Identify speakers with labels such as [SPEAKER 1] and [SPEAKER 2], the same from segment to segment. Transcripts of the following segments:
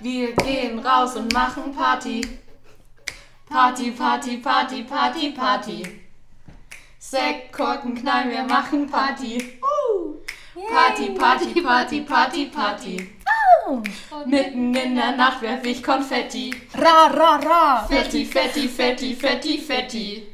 [SPEAKER 1] Wir gehen raus und machen Party. Party, Party, Party, Party, Party. Sekt, Korken, Knall, wir machen Party. Party, Party, Party, Party, Party.
[SPEAKER 2] Oh.
[SPEAKER 1] Mitten in der Nacht werf ich Konfetti.
[SPEAKER 3] Ra, ra, ra.
[SPEAKER 1] Fetti, fetti, fetti, fetti, fetti.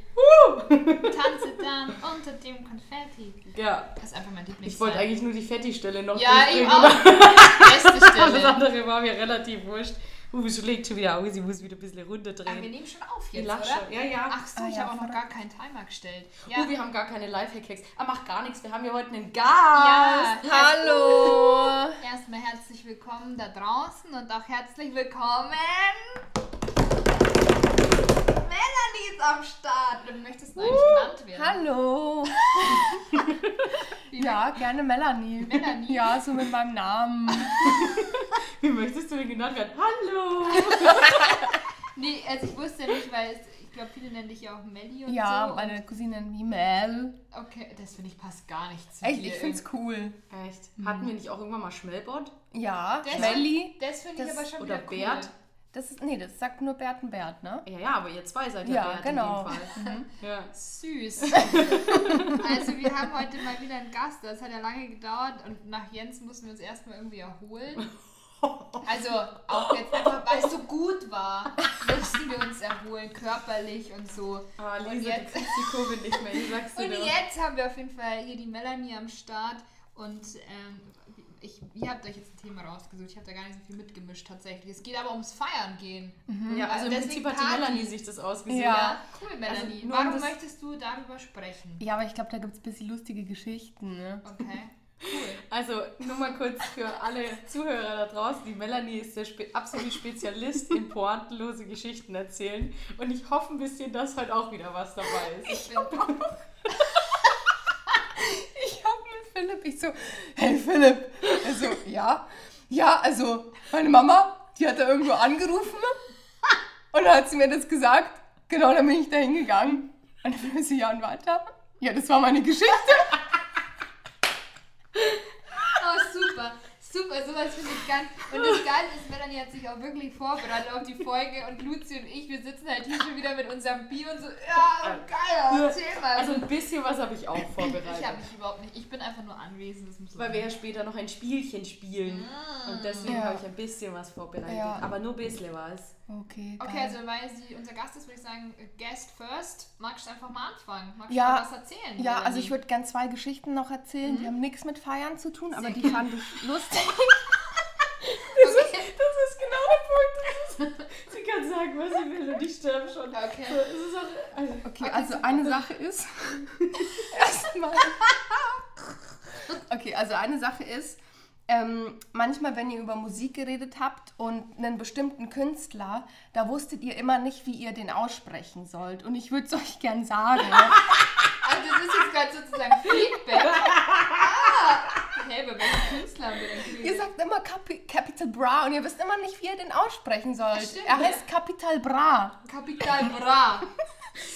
[SPEAKER 2] Tanze dann unter dem Konfetti.
[SPEAKER 1] Ja,
[SPEAKER 2] Das ist einfach mein Lieblings.
[SPEAKER 1] ich wollte eigentlich nur die Fetti-Stelle noch
[SPEAKER 2] Ja, ich
[SPEAKER 1] durchbringen.
[SPEAKER 2] auch. Beste
[SPEAKER 1] Alles
[SPEAKER 2] Stelle.
[SPEAKER 1] andere war mir relativ wurscht. Uh, sie legt schon wieder aus, sie muss wieder ein bisschen
[SPEAKER 2] Aber wir
[SPEAKER 1] runterdrehen.
[SPEAKER 2] nehmen schon auf
[SPEAKER 1] Die
[SPEAKER 2] jetzt,
[SPEAKER 1] lacht
[SPEAKER 2] oder?
[SPEAKER 1] schon. Ja, ja.
[SPEAKER 2] Ach so,
[SPEAKER 3] Ah,
[SPEAKER 2] ich
[SPEAKER 3] ja,
[SPEAKER 2] habe auch noch gar
[SPEAKER 3] verrückt.
[SPEAKER 2] keinen Timer gestellt.
[SPEAKER 1] Uh,
[SPEAKER 2] Ja,
[SPEAKER 1] wir haben gar keine Lifehack-Hacks. Ah, macht gar nichts, wir haben ja heute einen Gast.
[SPEAKER 2] Ja.
[SPEAKER 3] Hallo.
[SPEAKER 2] erstmal herzlich willkommen da draußen und auch herzlich willkommen. Melanie ist am Start und möchtest du eigentlich genannt werden?
[SPEAKER 3] Hallo. ja, gerne Melanie.
[SPEAKER 2] Melanie.
[SPEAKER 3] Ja, so mit meinem Namen.
[SPEAKER 1] Wie möchtest du denn genannt werden? Hallo!
[SPEAKER 2] Nee, also ich wusste ja nicht, weil es, ich glaube, viele nennen dich ja auch Melli und
[SPEAKER 3] Ja,
[SPEAKER 2] so.
[SPEAKER 3] meine Cousinen wie Mel.
[SPEAKER 2] Okay, das finde ich passt gar nicht zu
[SPEAKER 3] Echt,
[SPEAKER 2] dir.
[SPEAKER 3] ich find's cool.
[SPEAKER 1] Echt? Hatten wir nicht auch irgendwann mal Schmellbord?
[SPEAKER 3] Ja,
[SPEAKER 2] Das-
[SPEAKER 3] Melli.
[SPEAKER 2] Das finde ich
[SPEAKER 3] Das-
[SPEAKER 2] aber schon
[SPEAKER 1] oder
[SPEAKER 2] wieder cool.
[SPEAKER 1] Bert?
[SPEAKER 3] Das ist, nee, das sagt nur Bert und Bert, ne?
[SPEAKER 1] Ja, ja, aber ihr zwei seid ja,
[SPEAKER 3] Ja,
[SPEAKER 1] Bert
[SPEAKER 3] genau.
[SPEAKER 1] in dem Fall. ja.
[SPEAKER 2] Süß. also wir haben heute mal wieder einen Gast. Das hat ja lange gedauert und nach Jens mussten wir uns erstmal irgendwie erholen. Also auch jetzt einfach, weil es so gut war, mussten wir uns erholen, körperlich und so.
[SPEAKER 1] Ah, Lisa,
[SPEAKER 2] Und
[SPEAKER 1] die
[SPEAKER 2] jetzt-
[SPEAKER 1] kriegt die Kurve nicht mehr, ich sag's dir
[SPEAKER 2] Und
[SPEAKER 1] doch.
[SPEAKER 2] jetzt haben wir auf jeden Fall hier die Melanie am Start und ähm, ich, ihr habt euch jetzt ein Thema rausgesucht. Ich habe da gar nicht so viel mitgemischt tatsächlich. Es geht aber ums Feiern gehen.
[SPEAKER 1] Ja, also im
[SPEAKER 2] Hm, Deswegen
[SPEAKER 1] Prinzip hat die
[SPEAKER 2] Party.
[SPEAKER 1] Melanie sich das ausgesucht.
[SPEAKER 3] Ja.
[SPEAKER 2] cool, Melanie.
[SPEAKER 1] Also nur um
[SPEAKER 2] Warum
[SPEAKER 1] das-
[SPEAKER 2] möchtest du darüber sprechen?
[SPEAKER 3] Ja, aber ich glaube, da gibt's ein bisschen lustige Geschichten, ne?
[SPEAKER 2] Okay, cool.
[SPEAKER 1] Also nur mal kurz für alle Zuhörer da draußen, die Melanie ist der spe absolute Spezialist in pointenlose Geschichten erzählen und ich hoffe ein bisschen, dass heute auch wieder was dabei ist.
[SPEAKER 2] Ich bin
[SPEAKER 3] Ich hab mit Philipp, ich so, hey Philipp, also ja, ja, also meine Mama, die hat da irgendwo angerufen und dann hat sie mir das gesagt, genau, dann bin ich da hingegangen und dann bin ich so, ja und weiter, ja, das war meine Geschichte.
[SPEAKER 2] Oh, super. Super, sowas finde ich ganz. Und das Geile ist, Melanie hat sich auch wirklich vorbereitet auf die Folge und Luzi und ich, wir sitzen halt hier schon wieder mit unserem Bier und so, ja, geil, erzähl mal.
[SPEAKER 1] Also ein bisschen was habe ich auch
[SPEAKER 2] ich habe
[SPEAKER 1] vorbereitet.
[SPEAKER 2] mich überhaupt nicht, ich bin einfach nur anwesend, das muss
[SPEAKER 1] Weil wir ja später noch ein Spielchen spielen. Und deswegen
[SPEAKER 3] Ja.
[SPEAKER 1] habe ich ein bisschen was vorbereitet.
[SPEAKER 3] Ja.
[SPEAKER 1] Aber nur ein bisschen was.
[SPEAKER 3] Okay,
[SPEAKER 2] Okay, also weil sie unser Gast ist, würde ich sagen, Guest first. Magst du einfach mal anfangen? Magst
[SPEAKER 3] Ja.
[SPEAKER 2] du mal was erzählen?
[SPEAKER 3] ja,
[SPEAKER 2] Melanie?
[SPEAKER 3] also ich würde gern zwei Geschichten noch erzählen, die haben nichts mit Feiern zu tun, aber die fand ich lustig.
[SPEAKER 2] Okay.
[SPEAKER 1] Das ist genau der Punkt. Sie kann sagen, was sie will und ich sterbe schon.
[SPEAKER 2] okay.
[SPEAKER 1] Das ist auch, also,
[SPEAKER 3] Okay, also eine Sache ist. erstmal. Okay, also eine Sache ist, ähm, manchmal, wenn ihr über Musik geredet habt und einen bestimmten Künstler, da wusstet ihr immer nicht, wie ihr den aussprechen sollt. Und ich würde es euch gern sagen.
[SPEAKER 2] Also das ist jetzt gerade sozusagen Feedback. Ah. Hey, über welchen Künstler haben wir denn geredet?
[SPEAKER 3] ihr sagt immer Capi Capital Bra und ihr wisst immer nicht, wie ihr den aussprechen sollt.
[SPEAKER 2] stimmt,
[SPEAKER 3] er
[SPEAKER 2] ja.
[SPEAKER 3] heißt Capital Bra.
[SPEAKER 2] Kapital Bra.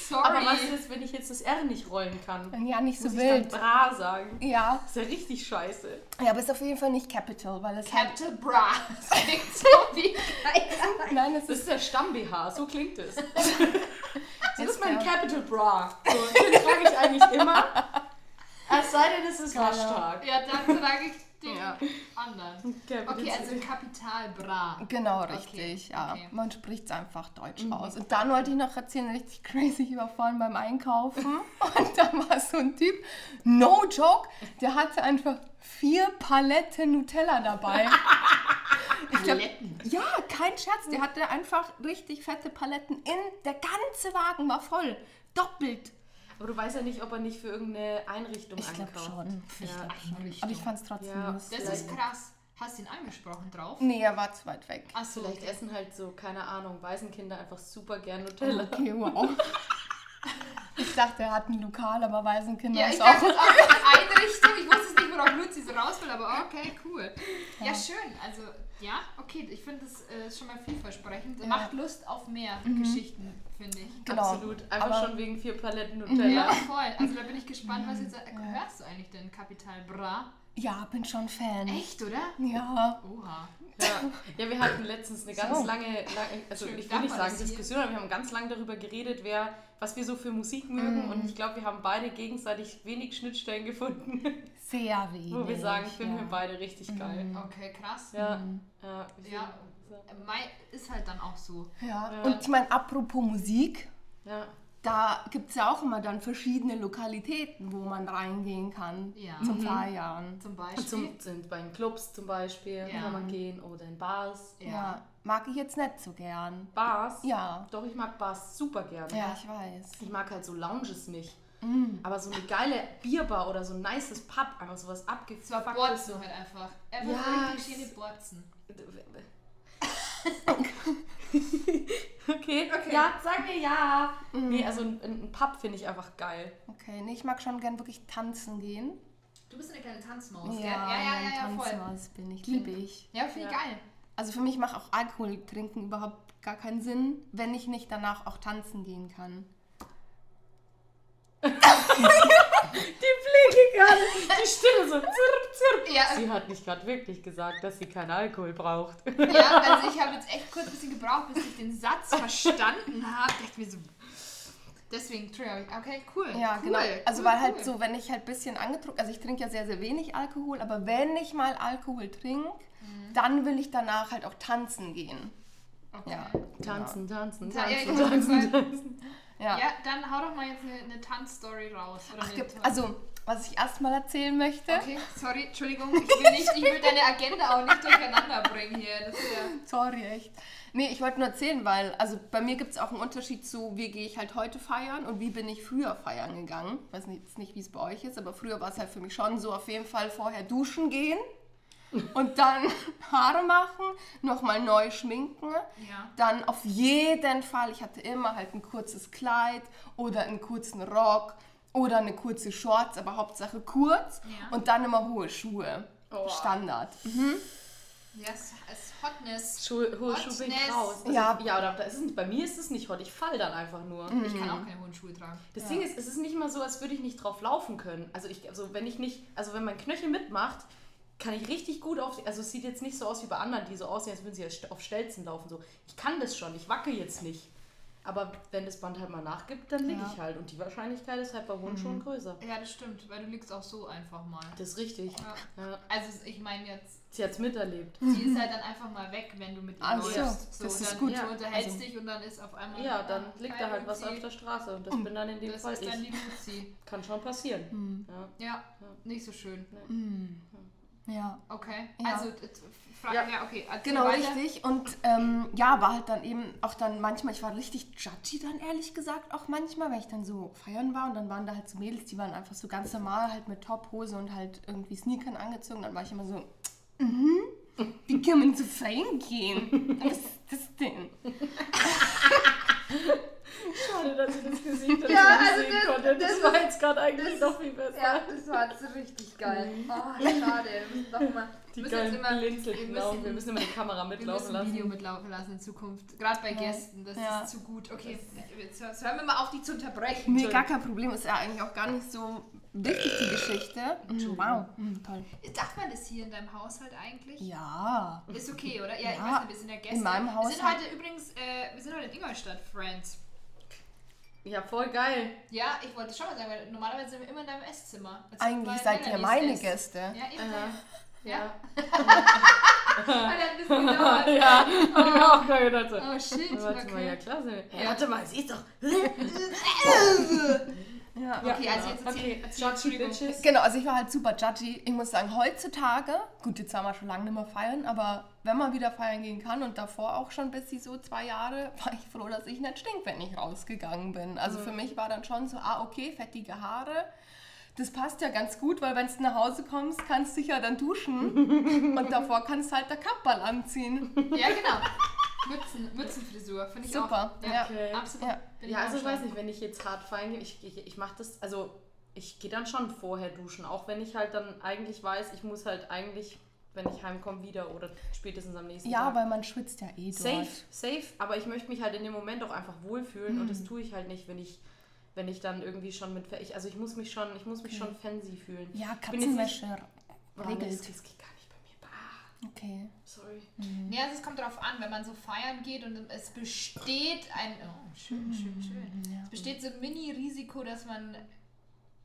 [SPEAKER 2] Sorry.
[SPEAKER 1] aber was ist, wenn ich jetzt das R nicht rollen kann?
[SPEAKER 3] Ja, nicht so
[SPEAKER 1] Muss ich dann
[SPEAKER 3] wild.
[SPEAKER 1] Bra sagen?
[SPEAKER 3] Ja,
[SPEAKER 1] Das ist ja richtig scheiße.
[SPEAKER 3] ja, aber es ist auf jeden Fall nicht Capital, weil es halt,
[SPEAKER 2] Capital Bra. Das klingt so wie geil.
[SPEAKER 3] nein, es
[SPEAKER 1] Das
[SPEAKER 3] ist
[SPEAKER 1] ist der Stamm-BH, so klingt es. Das ist
[SPEAKER 3] Jetzt,
[SPEAKER 1] mein
[SPEAKER 3] ja.
[SPEAKER 1] Capital Bra. So, den trage ich eigentlich immer. Es sei denn, es ist
[SPEAKER 3] Geiler.
[SPEAKER 1] Waschtag.
[SPEAKER 2] Ja, dann sage ich den
[SPEAKER 3] Ja.
[SPEAKER 2] anderen.
[SPEAKER 1] Capital
[SPEAKER 2] Okay, also Kapital Bra.
[SPEAKER 3] Genau, richtig, ja.
[SPEAKER 2] okay.
[SPEAKER 3] Man spricht es einfach deutsch aus. Und dann wollte ich noch erzählen, richtig crazy, ich war vorhin beim Einkaufen und da war so ein Typ, no joke, der hatte einfach vier Paletten Nutella dabei. Ich glaub,
[SPEAKER 2] Paletten.
[SPEAKER 3] ja, kein Scherz, der hatte einfach richtig fette Paletten in, der ganze Wagen war voll, doppelt.
[SPEAKER 1] Aber du weißt ja nicht, ob er nicht für irgendeine Einrichtung
[SPEAKER 3] Ich glaube
[SPEAKER 1] einkauft.
[SPEAKER 3] schon,
[SPEAKER 1] Ja.
[SPEAKER 3] aber ich fand es trotzdem
[SPEAKER 1] Oh Ja.
[SPEAKER 3] lustig.
[SPEAKER 2] Das ist krass. Hast du ihn angesprochen drauf?
[SPEAKER 3] Nee, er war zu weit weg.
[SPEAKER 2] Achso,
[SPEAKER 1] Vielleicht
[SPEAKER 2] okay.
[SPEAKER 1] essen halt so, keine Ahnung, weißen Kinder einfach super gern Nutella.
[SPEAKER 3] Okay, wow. Ich dachte, er hat ein Lokal, aber Waisenkinder
[SPEAKER 2] Ja, ich
[SPEAKER 3] ist auch
[SPEAKER 2] dachte es auch als Einrichtung. Ich wusste es nicht, worauf Luzi so raus will, aber okay, cool. Ja, schön. Also Ja, okay, ich finde das äh, ist schon mal vielversprechend. Macht Lust auf mehr Geschichten, finde ich.
[SPEAKER 3] Genau.
[SPEAKER 1] Absolut. Einfach
[SPEAKER 3] Aber-
[SPEAKER 1] schon wegen vier Paletten Nutella.
[SPEAKER 2] Ja, voll. Also da bin ich gespannt, was jetzt. Hörst du eigentlich denn Kapital Bra?
[SPEAKER 3] Ja, bin schon Fan.
[SPEAKER 2] Echt, oder?
[SPEAKER 3] Ja.
[SPEAKER 2] Oha.
[SPEAKER 1] Ja. ja, wir hatten letztens eine ganz
[SPEAKER 3] So.
[SPEAKER 1] lange, lange, also
[SPEAKER 2] Schön,
[SPEAKER 1] ich will
[SPEAKER 2] darf
[SPEAKER 1] nicht
[SPEAKER 2] man
[SPEAKER 1] sagen
[SPEAKER 2] das hier?
[SPEAKER 1] Diskussion, aber wir haben ganz lange darüber geredet, wer, was wir so für Musik
[SPEAKER 3] Mhm.
[SPEAKER 1] mögen. Und ich glaube, wir haben beide gegenseitig wenig Schnittstellen gefunden,
[SPEAKER 3] Sehr wenig.
[SPEAKER 1] wo wir sagen, finden
[SPEAKER 3] ja. Mhm.
[SPEAKER 1] wir beide richtig geil.
[SPEAKER 2] Okay, krass.
[SPEAKER 1] Ja, ja. wir
[SPEAKER 2] Ja.
[SPEAKER 1] sind-
[SPEAKER 2] Mai ist halt dann auch so.
[SPEAKER 3] Ja. Und ich meine, apropos Musik,
[SPEAKER 1] ja.
[SPEAKER 3] da gibt es ja auch immer dann verschiedene Lokalitäten, wo man reingehen kann
[SPEAKER 2] Ja.
[SPEAKER 1] Mhm.
[SPEAKER 3] zum Feiern.
[SPEAKER 2] Zum Beispiel.
[SPEAKER 1] Zum, sind bei den Clubs zum Beispiel,
[SPEAKER 2] Ja.
[SPEAKER 1] kann man gehen, oder in Bars.
[SPEAKER 3] Ja. Mag ich jetzt nicht so gern.
[SPEAKER 1] Bars?
[SPEAKER 3] Ja.
[SPEAKER 1] Doch, ich mag Bars super gerne.
[SPEAKER 3] Ja, ich weiß.
[SPEAKER 1] Ich mag halt so Lounges nicht. Aber so eine geile Bierbar oder so ein nices Pub, einfach sowas
[SPEAKER 2] Es war
[SPEAKER 1] abgefucktes.
[SPEAKER 2] Borzen halt einfach. Einfach
[SPEAKER 1] Ja,
[SPEAKER 2] ja, richtig
[SPEAKER 1] es-
[SPEAKER 2] schöne Borzen.
[SPEAKER 1] okay. ja, sag mir ja. Nee, also ein, ein Pub finde ich einfach geil.
[SPEAKER 3] Okay, nee, ich mag schon gern wirklich tanzen gehen.
[SPEAKER 2] Du bist eine kleine Tanzmaus, gell? Ja, ja,
[SPEAKER 3] ein
[SPEAKER 2] ja, ja, voll.
[SPEAKER 3] Tanzmaus bin ich, liebe ich.
[SPEAKER 2] Ja, finde ich
[SPEAKER 1] Ja.
[SPEAKER 2] geil.
[SPEAKER 3] Also für mich macht auch Alkohol trinken überhaupt gar keinen Sinn, wenn ich nicht danach auch tanzen gehen kann.
[SPEAKER 1] Die Blicke gerade, die Stille so zirp, zirp.
[SPEAKER 2] Ja. also
[SPEAKER 1] Sie hat nicht gerade wirklich gesagt, dass sie keinen Alkohol braucht.
[SPEAKER 2] Ja, also ich habe jetzt echt kurz ein bisschen gebraucht, bis ich den Satz verstanden habe. Dachte mir so. Deswegen Trigger. Okay, cool.
[SPEAKER 3] Ja,
[SPEAKER 2] cool,
[SPEAKER 3] genau. Also
[SPEAKER 2] cool,
[SPEAKER 3] weil halt
[SPEAKER 2] cool.
[SPEAKER 3] so, wenn ich halt ein bisschen angetrunken, also ich trinke ja sehr, sehr wenig Alkohol, aber wenn ich mal Alkohol trinke,
[SPEAKER 2] Mhm.
[SPEAKER 3] dann will ich danach halt auch tanzen gehen.
[SPEAKER 2] Okay.
[SPEAKER 3] Ja.
[SPEAKER 1] Tanzen, tanzen,
[SPEAKER 2] Ta- ja, ich
[SPEAKER 1] tanzen,
[SPEAKER 2] wollte
[SPEAKER 1] tanzen,
[SPEAKER 2] sagen.
[SPEAKER 1] tanzen.
[SPEAKER 3] genau. Ja.
[SPEAKER 2] Ja, dann hau doch mal jetzt eine, eine Tanzstory raus. Oder
[SPEAKER 3] Ach,
[SPEAKER 2] eine
[SPEAKER 3] gibt,
[SPEAKER 2] Ton-
[SPEAKER 3] also, was ich erstmal erzählen möchte,
[SPEAKER 2] Okay, sorry, Entschuldigung, ich will, nicht, ich will deine Agenda auch nicht durcheinander bringen hier. Das ist ja,
[SPEAKER 3] Sorry, echt. Nee, ich wollte nur erzählen, weil, also bei mir gibt es auch einen Unterschied zu, wie gehe ich halt heute feiern und wie bin ich früher feiern gegangen. Ich weiß nicht- jetzt nicht, wie es bei euch ist, aber früher war es halt für mich schon so, auf jeden Fall vorher duschen gehen und dann Haare machen, nochmal neu schminken.
[SPEAKER 2] Ja.
[SPEAKER 3] Dann auf jeden Fall, ich hatte immer halt ein kurzes Kleid oder einen kurzen Rock oder eine kurze Shorts, aber Hauptsache kurz.
[SPEAKER 2] Ja. Mhm.
[SPEAKER 3] Und dann immer hohe Schuhe.
[SPEAKER 1] Oh.
[SPEAKER 3] Standard.
[SPEAKER 2] ja, es es ist Hotness.
[SPEAKER 1] Schuhe, hohe Schuhe bin ich
[SPEAKER 2] Hotness.
[SPEAKER 1] raus. Also,
[SPEAKER 3] Ja.
[SPEAKER 1] ja, oder das ist, bei mir ist es nicht hot, ich fall dann einfach nur.
[SPEAKER 2] Ich kann
[SPEAKER 3] Hm.
[SPEAKER 2] auch keine hohen Schuhe tragen.
[SPEAKER 1] Das Ding ist, es ist nicht mal so, als würde ich nicht drauf laufen können. Also ich, also wenn ich nicht, also wenn mein Knöchel mitmacht, kann ich richtig gut auf, also es sieht jetzt nicht so aus wie bei anderen, die so aussehen, als würden sie st- auf Stelzen laufen. So, ich kann das schon, ich wacke jetzt nicht. Aber wenn das Band halt mal nachgibt, dann liege
[SPEAKER 3] Ja.
[SPEAKER 1] ich halt. Und die Wahrscheinlichkeit ist halt bei hohen Schuhen größer.
[SPEAKER 2] Ja, das stimmt, weil du liegst auch so einfach mal.
[SPEAKER 1] Das ist richtig.
[SPEAKER 2] Ja.
[SPEAKER 1] Ja.
[SPEAKER 2] Also ich meine jetzt,
[SPEAKER 1] Sie hat es miterlebt.
[SPEAKER 2] die ist halt dann einfach mal weg, wenn du mit ihr
[SPEAKER 3] Ach so,
[SPEAKER 2] läufst.
[SPEAKER 3] das ist
[SPEAKER 2] dann
[SPEAKER 3] gut.
[SPEAKER 2] Du unterhältst
[SPEAKER 3] Also-
[SPEAKER 2] dich und dann ist auf einmal...
[SPEAKER 1] Ja, dann
[SPEAKER 2] ah,
[SPEAKER 1] liegt
[SPEAKER 2] geil,
[SPEAKER 1] da halt was
[SPEAKER 2] Luzi.
[SPEAKER 1] auf der Straße. Und das bin dann Mhm. in dem
[SPEAKER 2] Das
[SPEAKER 1] Fall
[SPEAKER 2] ist dann
[SPEAKER 1] ich.
[SPEAKER 2] die Luzi.
[SPEAKER 1] Kann schon passieren. Ja.
[SPEAKER 2] Ja, nicht so schön.
[SPEAKER 3] Ja.
[SPEAKER 2] Okay,
[SPEAKER 3] Ja.
[SPEAKER 2] also äh, Frage,
[SPEAKER 1] Ja.
[SPEAKER 2] ja, okay. erzähl
[SPEAKER 3] Genau,
[SPEAKER 2] weiter.
[SPEAKER 3] richtig. Und ähm, ja, war halt dann eben auch dann manchmal, ich war richtig judgy dann ehrlich gesagt auch manchmal, wenn ich dann so feiern war und dann waren da halt so Mädels, die waren einfach so ganz normal, halt mit Tophose und halt irgendwie Sneakern angezogen. Dann war ich immer so, mhm, wie kann man so feiern gehen? Was ist das denn?
[SPEAKER 1] Schade, dass ich das Gesicht dazu
[SPEAKER 3] Ja,
[SPEAKER 1] nicht
[SPEAKER 3] also
[SPEAKER 1] sehen
[SPEAKER 3] das-
[SPEAKER 1] konnte. Das,
[SPEAKER 3] das
[SPEAKER 1] war jetzt gerade eigentlich noch viel besser.
[SPEAKER 3] das war jetzt richtig geil. Ah,
[SPEAKER 2] schade, wir müssen doch mal...
[SPEAKER 1] Mhm. Die
[SPEAKER 2] müssen jetzt
[SPEAKER 1] geilen
[SPEAKER 2] immer- wir
[SPEAKER 1] blinzelten
[SPEAKER 2] müssen-
[SPEAKER 1] Augen. Wir müssen immer die Kamera
[SPEAKER 2] Wir müssen
[SPEAKER 1] mitlaufen
[SPEAKER 2] ein Video
[SPEAKER 1] lassen.
[SPEAKER 2] mitlaufen lassen in Zukunft. Gerade bei Gästen, das
[SPEAKER 3] Ja.
[SPEAKER 2] ist zu gut. Okay, jetzt hör- jetzt hören wir mal auf, die zu unterbrechen.
[SPEAKER 3] Nee, gar kein Problem, ist ja eigentlich auch gar nicht so wichtig, die Geschichte. Mhm, wow, mhm, toll.
[SPEAKER 2] Darf man das hier in deinem Haushalt eigentlich?
[SPEAKER 3] Ja.
[SPEAKER 2] Ist okay, oder? Ja, ich
[SPEAKER 3] Ja,
[SPEAKER 2] weiß nicht, wir sind ja Gäste.
[SPEAKER 3] in meinem
[SPEAKER 2] wir sind
[SPEAKER 3] Haushalt-
[SPEAKER 2] heute übrigens, äh, wir sind heute in Ingolstadt, Friends.
[SPEAKER 1] Ja, voll geil.
[SPEAKER 2] Ja, ich wollte schon mal sagen, weil normalerweise sind wir immer in deinem Esszimmer. Also Jetzt
[SPEAKER 3] Eigentlich
[SPEAKER 2] sind wir
[SPEAKER 3] seid
[SPEAKER 2] in
[SPEAKER 3] ihr
[SPEAKER 2] Melanies
[SPEAKER 3] meine
[SPEAKER 2] Ess.
[SPEAKER 3] Gäste.
[SPEAKER 2] Ja, eben.
[SPEAKER 1] Ja. Ja.
[SPEAKER 2] Alter, hat ein bisschen gedauert.
[SPEAKER 1] Ja, hab ich mir auch gerade gedacht. so,
[SPEAKER 2] Oh shit,
[SPEAKER 1] Warte mal, ja,
[SPEAKER 2] okay.
[SPEAKER 1] klasse. Warte mal, sie ist doch.
[SPEAKER 3] Ja.
[SPEAKER 2] Okay, also jetzt
[SPEAKER 1] genau.
[SPEAKER 2] erzähl-
[SPEAKER 1] okay.
[SPEAKER 2] erzähl, Entschuldigung.
[SPEAKER 1] Bitches.
[SPEAKER 3] Genau, also ich war halt super judgy. Ich muss sagen, heutzutage, gut, jetzt waren wir schon lange nicht mehr feiern, aber wenn man wieder feiern gehen kann und davor auch schon bis ich so zwei Jahre, war ich froh, dass ich nicht stink, wenn ich rausgegangen bin. Also für mich war dann schon so, ah, okay, fettige Haare. Das passt ja ganz gut, weil wenn du nach Hause kommst, kannst du dich ja dann duschen und davor kannst du halt der Kapperl anziehen.
[SPEAKER 2] Ja, genau. Mützen, Mützenfrisur, finde ich
[SPEAKER 3] Super,
[SPEAKER 2] auch.
[SPEAKER 3] ja.
[SPEAKER 1] Okay.
[SPEAKER 2] absolut.
[SPEAKER 3] Ja.
[SPEAKER 2] Bin
[SPEAKER 1] Ja,
[SPEAKER 2] auch
[SPEAKER 1] also ich
[SPEAKER 2] schon.
[SPEAKER 1] weiß nicht, wenn ich jetzt hart fallen gehe, ich, ich, ich mache das, also ich gehe dann schon vorher duschen, auch wenn ich halt dann eigentlich weiß, ich muss halt eigentlich wenn ich heimkomme, wieder oder spätestens am nächsten
[SPEAKER 3] Ja,
[SPEAKER 1] Tag.
[SPEAKER 3] weil man schwitzt ja eh dort.
[SPEAKER 1] safe, safe, aber ich möchte mich halt in dem Moment auch einfach wohlfühlen und das tue ich halt nicht, wenn ich wenn ich dann irgendwie schon mit ich, also ich muss mich schon, ich muss mich schon fancy fühlen.
[SPEAKER 3] Ja,
[SPEAKER 1] Ich bin jetzt nicht-
[SPEAKER 3] Katzenwäsche
[SPEAKER 1] Boah, nee, das,
[SPEAKER 3] regelt.
[SPEAKER 1] das geht gar nicht bei mir. Bah,
[SPEAKER 3] Okay.
[SPEAKER 1] sorry.
[SPEAKER 2] Nee, also es kommt drauf an, wenn man so feiern geht und es besteht ein. Oh, schön, schön, schön.
[SPEAKER 3] Mm,
[SPEAKER 2] Es besteht so ein Mini-Risiko, dass man.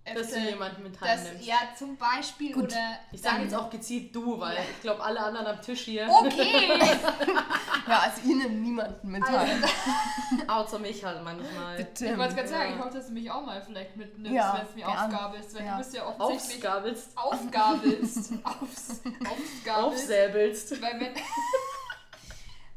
[SPEAKER 1] Dass
[SPEAKER 2] öfter-
[SPEAKER 1] du jemanden mit
[SPEAKER 2] dass-
[SPEAKER 1] heimnimmst.
[SPEAKER 2] Ja, zum Beispiel.
[SPEAKER 3] Gut.
[SPEAKER 2] Oder
[SPEAKER 1] Ich sage
[SPEAKER 2] dann-
[SPEAKER 1] jetzt auch gezielt du, weil ich glaube, alle anderen am Tisch hier,
[SPEAKER 2] Okay!
[SPEAKER 3] Ja, also ihnen niemanden mitteilen.
[SPEAKER 1] außer mich halt manchmal.
[SPEAKER 2] Ich wollte
[SPEAKER 3] Bitte.
[SPEAKER 2] gerade sagen, ich hoffe, dass du mich auch mal vielleicht mitnimmst,
[SPEAKER 3] Ja,
[SPEAKER 2] wenn es mir
[SPEAKER 3] gern.
[SPEAKER 2] aufgabelst, weil
[SPEAKER 3] Ja.
[SPEAKER 2] du bist ja offensichtlich
[SPEAKER 1] Aufgabelst,
[SPEAKER 2] aufgabelst. Aufs, aufgabelst.
[SPEAKER 1] aufsäbelst.
[SPEAKER 2] Weil wenn.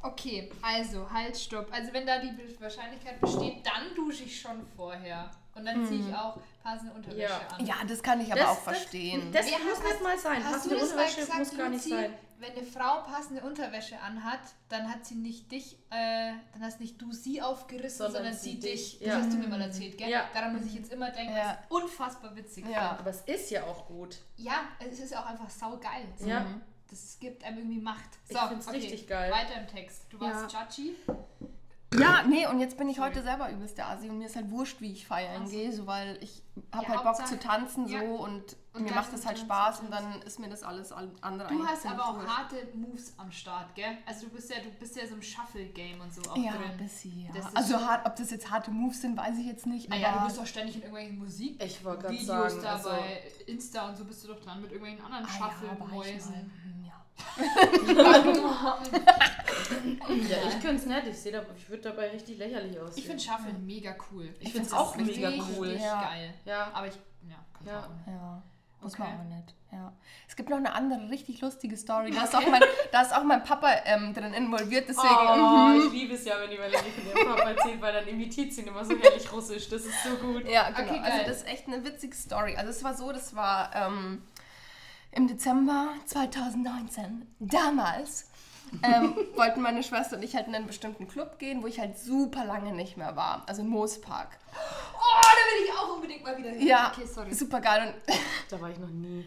[SPEAKER 2] Okay, also halt, stopp. Also wenn da die Be- Wahrscheinlichkeit besteht, dann dusche ich schon vorher. Und dann ziehe ich auch passende Unterwäsche
[SPEAKER 1] Ja.
[SPEAKER 2] an.
[SPEAKER 3] Ja, das kann ich aber auch verstehen.
[SPEAKER 1] Das,
[SPEAKER 2] Ja,
[SPEAKER 1] muss
[SPEAKER 2] hast-
[SPEAKER 1] nicht mal sein.
[SPEAKER 2] halt Hast, du
[SPEAKER 1] eine
[SPEAKER 2] das mal
[SPEAKER 1] Unterwäsche
[SPEAKER 2] gesagt,
[SPEAKER 1] muss gar nicht
[SPEAKER 2] Luzi?
[SPEAKER 1] sein.
[SPEAKER 2] Wenn eine Frau passende Unterwäsche anhat, dann hat sie nicht dich, äh, dann hast nicht du sie aufgerissen, sondern,
[SPEAKER 1] Sondern
[SPEAKER 2] sie,
[SPEAKER 1] sie
[SPEAKER 2] dich.
[SPEAKER 1] dich, ja. Mhm.
[SPEAKER 2] Das hast du mir mal erzählt, gell?
[SPEAKER 1] Ja.
[SPEAKER 2] Daran muss ich jetzt immer denken,
[SPEAKER 3] Ja.
[SPEAKER 2] weil es unfassbar witzig
[SPEAKER 3] Ja.
[SPEAKER 1] Aber es ist ja auch gut.
[SPEAKER 2] ist. Ja, es ist auch einfach saugeil.
[SPEAKER 1] Ja.
[SPEAKER 2] Das gibt einem irgendwie Macht.
[SPEAKER 1] Ich find's richtig geil.
[SPEAKER 2] Weiter im Text. Du warst ja.
[SPEAKER 3] Ja, nee, und jetzt bin ich heute selber übelst der Asi und mir ist halt wurscht, wie ich feiern gehe, so weil ich habe
[SPEAKER 2] Ja,
[SPEAKER 3] halt Bock
[SPEAKER 2] Hauptsache-
[SPEAKER 3] zu tanzen so
[SPEAKER 2] ja.
[SPEAKER 3] und, mir
[SPEAKER 2] dann
[SPEAKER 3] macht das halt
[SPEAKER 2] tanzen,
[SPEAKER 3] Spaß und dann ist mir das alles an- andere
[SPEAKER 2] Du hast
[SPEAKER 3] eigentlich
[SPEAKER 2] aber auch
[SPEAKER 3] wurscht.
[SPEAKER 2] harte Moves am Start, gell? Also du bist ja, du bist ja so im Shuffle-Game und so auch
[SPEAKER 3] ja, ein
[SPEAKER 2] drin.
[SPEAKER 3] bisschen,
[SPEAKER 2] Das
[SPEAKER 3] ja.
[SPEAKER 2] ist
[SPEAKER 3] Also hart, ob das jetzt harte Moves sind, weiß ich jetzt nicht,
[SPEAKER 2] Naja,
[SPEAKER 3] aber
[SPEAKER 2] du bist doch ständig in irgendwelchen Musik.
[SPEAKER 1] Ich wollte gerade
[SPEAKER 2] Videos
[SPEAKER 1] sagen,
[SPEAKER 2] da
[SPEAKER 1] also-
[SPEAKER 2] bei Insta und so bist du doch dran mit irgendwelchen anderen
[SPEAKER 3] Ah, ja, war ich mal.
[SPEAKER 2] Shuffle-Mäusen.
[SPEAKER 3] Hm, ja.
[SPEAKER 2] genau.
[SPEAKER 1] Ja, ich könnte es nicht. Ich, seh da, ich würde dabei richtig lächerlich aussehen.
[SPEAKER 2] Ich finde Shuffle mega cool.
[SPEAKER 1] find's
[SPEAKER 2] Ich, find das
[SPEAKER 1] auch mega
[SPEAKER 2] richtig
[SPEAKER 1] cool.
[SPEAKER 3] Ja.
[SPEAKER 2] geil.
[SPEAKER 1] Ja.
[SPEAKER 2] Aber ich, ja, kann
[SPEAKER 1] Ja.
[SPEAKER 2] ich auch nicht.
[SPEAKER 3] Ja, muss
[SPEAKER 2] Okay.
[SPEAKER 3] man auch nicht. Ja. Es gibt noch eine andere richtig lustige Story. Da ist auch mein, da ist auch mein Papa ähm, drin involviert, deswegen.
[SPEAKER 1] Oh, ich liebe es ja, wenn die Melanie von ihrem Papa erzählt, weil dann imitiert sie ihn immer so herrlich russisch. Das ist so gut.
[SPEAKER 3] Ja, genau.
[SPEAKER 2] Okay, geil.
[SPEAKER 3] also das ist echt eine witzige Story. Also es war so, das war ähm, im Dezember 2019. Damals ähm, wollten meine Schwester und ich halt in einen bestimmten Club gehen, wo ich halt super lange nicht mehr war. Also im Moospark.
[SPEAKER 2] Oh, da will ich auch unbedingt mal wieder hin.
[SPEAKER 3] Ja,
[SPEAKER 2] Okay, sorry.
[SPEAKER 3] super geil. Und
[SPEAKER 1] Da war ich noch nie.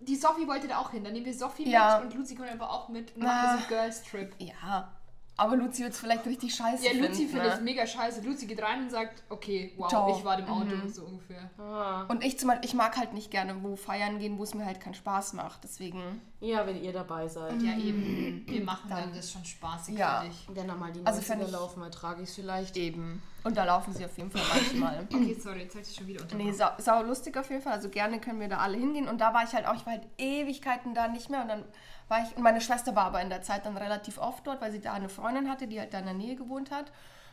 [SPEAKER 2] Die Sophie wollte da auch hin. Dann nehmen wir Sophie
[SPEAKER 3] Ja.
[SPEAKER 2] mit und Luzi kommt aber auch mit. Und machen wir so Girls Trip.
[SPEAKER 3] ja, aber Luzi wird es vielleicht richtig scheiße
[SPEAKER 2] Ja, Luzi
[SPEAKER 3] finden,
[SPEAKER 2] findet
[SPEAKER 3] ne?
[SPEAKER 2] es mega scheiße. Luzi geht rein und sagt, okay, wow,
[SPEAKER 3] Ciao.
[SPEAKER 2] ich war dem Auto, so ungefähr.
[SPEAKER 1] Ah.
[SPEAKER 3] Und ich zum Beispiel, ich mag halt nicht gerne wo feiern gehen, wo es mir halt keinen Spaß macht. Deswegen,
[SPEAKER 1] Ja, wenn ihr dabei seid.
[SPEAKER 2] Ja, eben. Wir machen dann,
[SPEAKER 3] Dann-
[SPEAKER 2] das schon spaßig
[SPEAKER 3] Ja.
[SPEAKER 2] für dich.
[SPEAKER 1] Wenn dann mal die
[SPEAKER 3] Also
[SPEAKER 1] 90er
[SPEAKER 3] fänd ich-
[SPEAKER 1] laufen, ertrage ich es vielleicht.
[SPEAKER 3] eben. Und da laufen sie auf jeden Fall manchmal.
[SPEAKER 2] Okay, sorry, jetzt hab ich dich schon wieder unter.
[SPEAKER 3] Nee, sau, sau lustig auf jeden Fall. Also gerne können wir da alle hingehen. Und da war ich halt auch, ich war halt Ewigkeiten da nicht mehr. Und dann war ich, und meine Schwester war aber in der Zeit dann relativ oft dort, weil sie da eine Freundin hatte, die halt da in der Nähe gewohnt hat.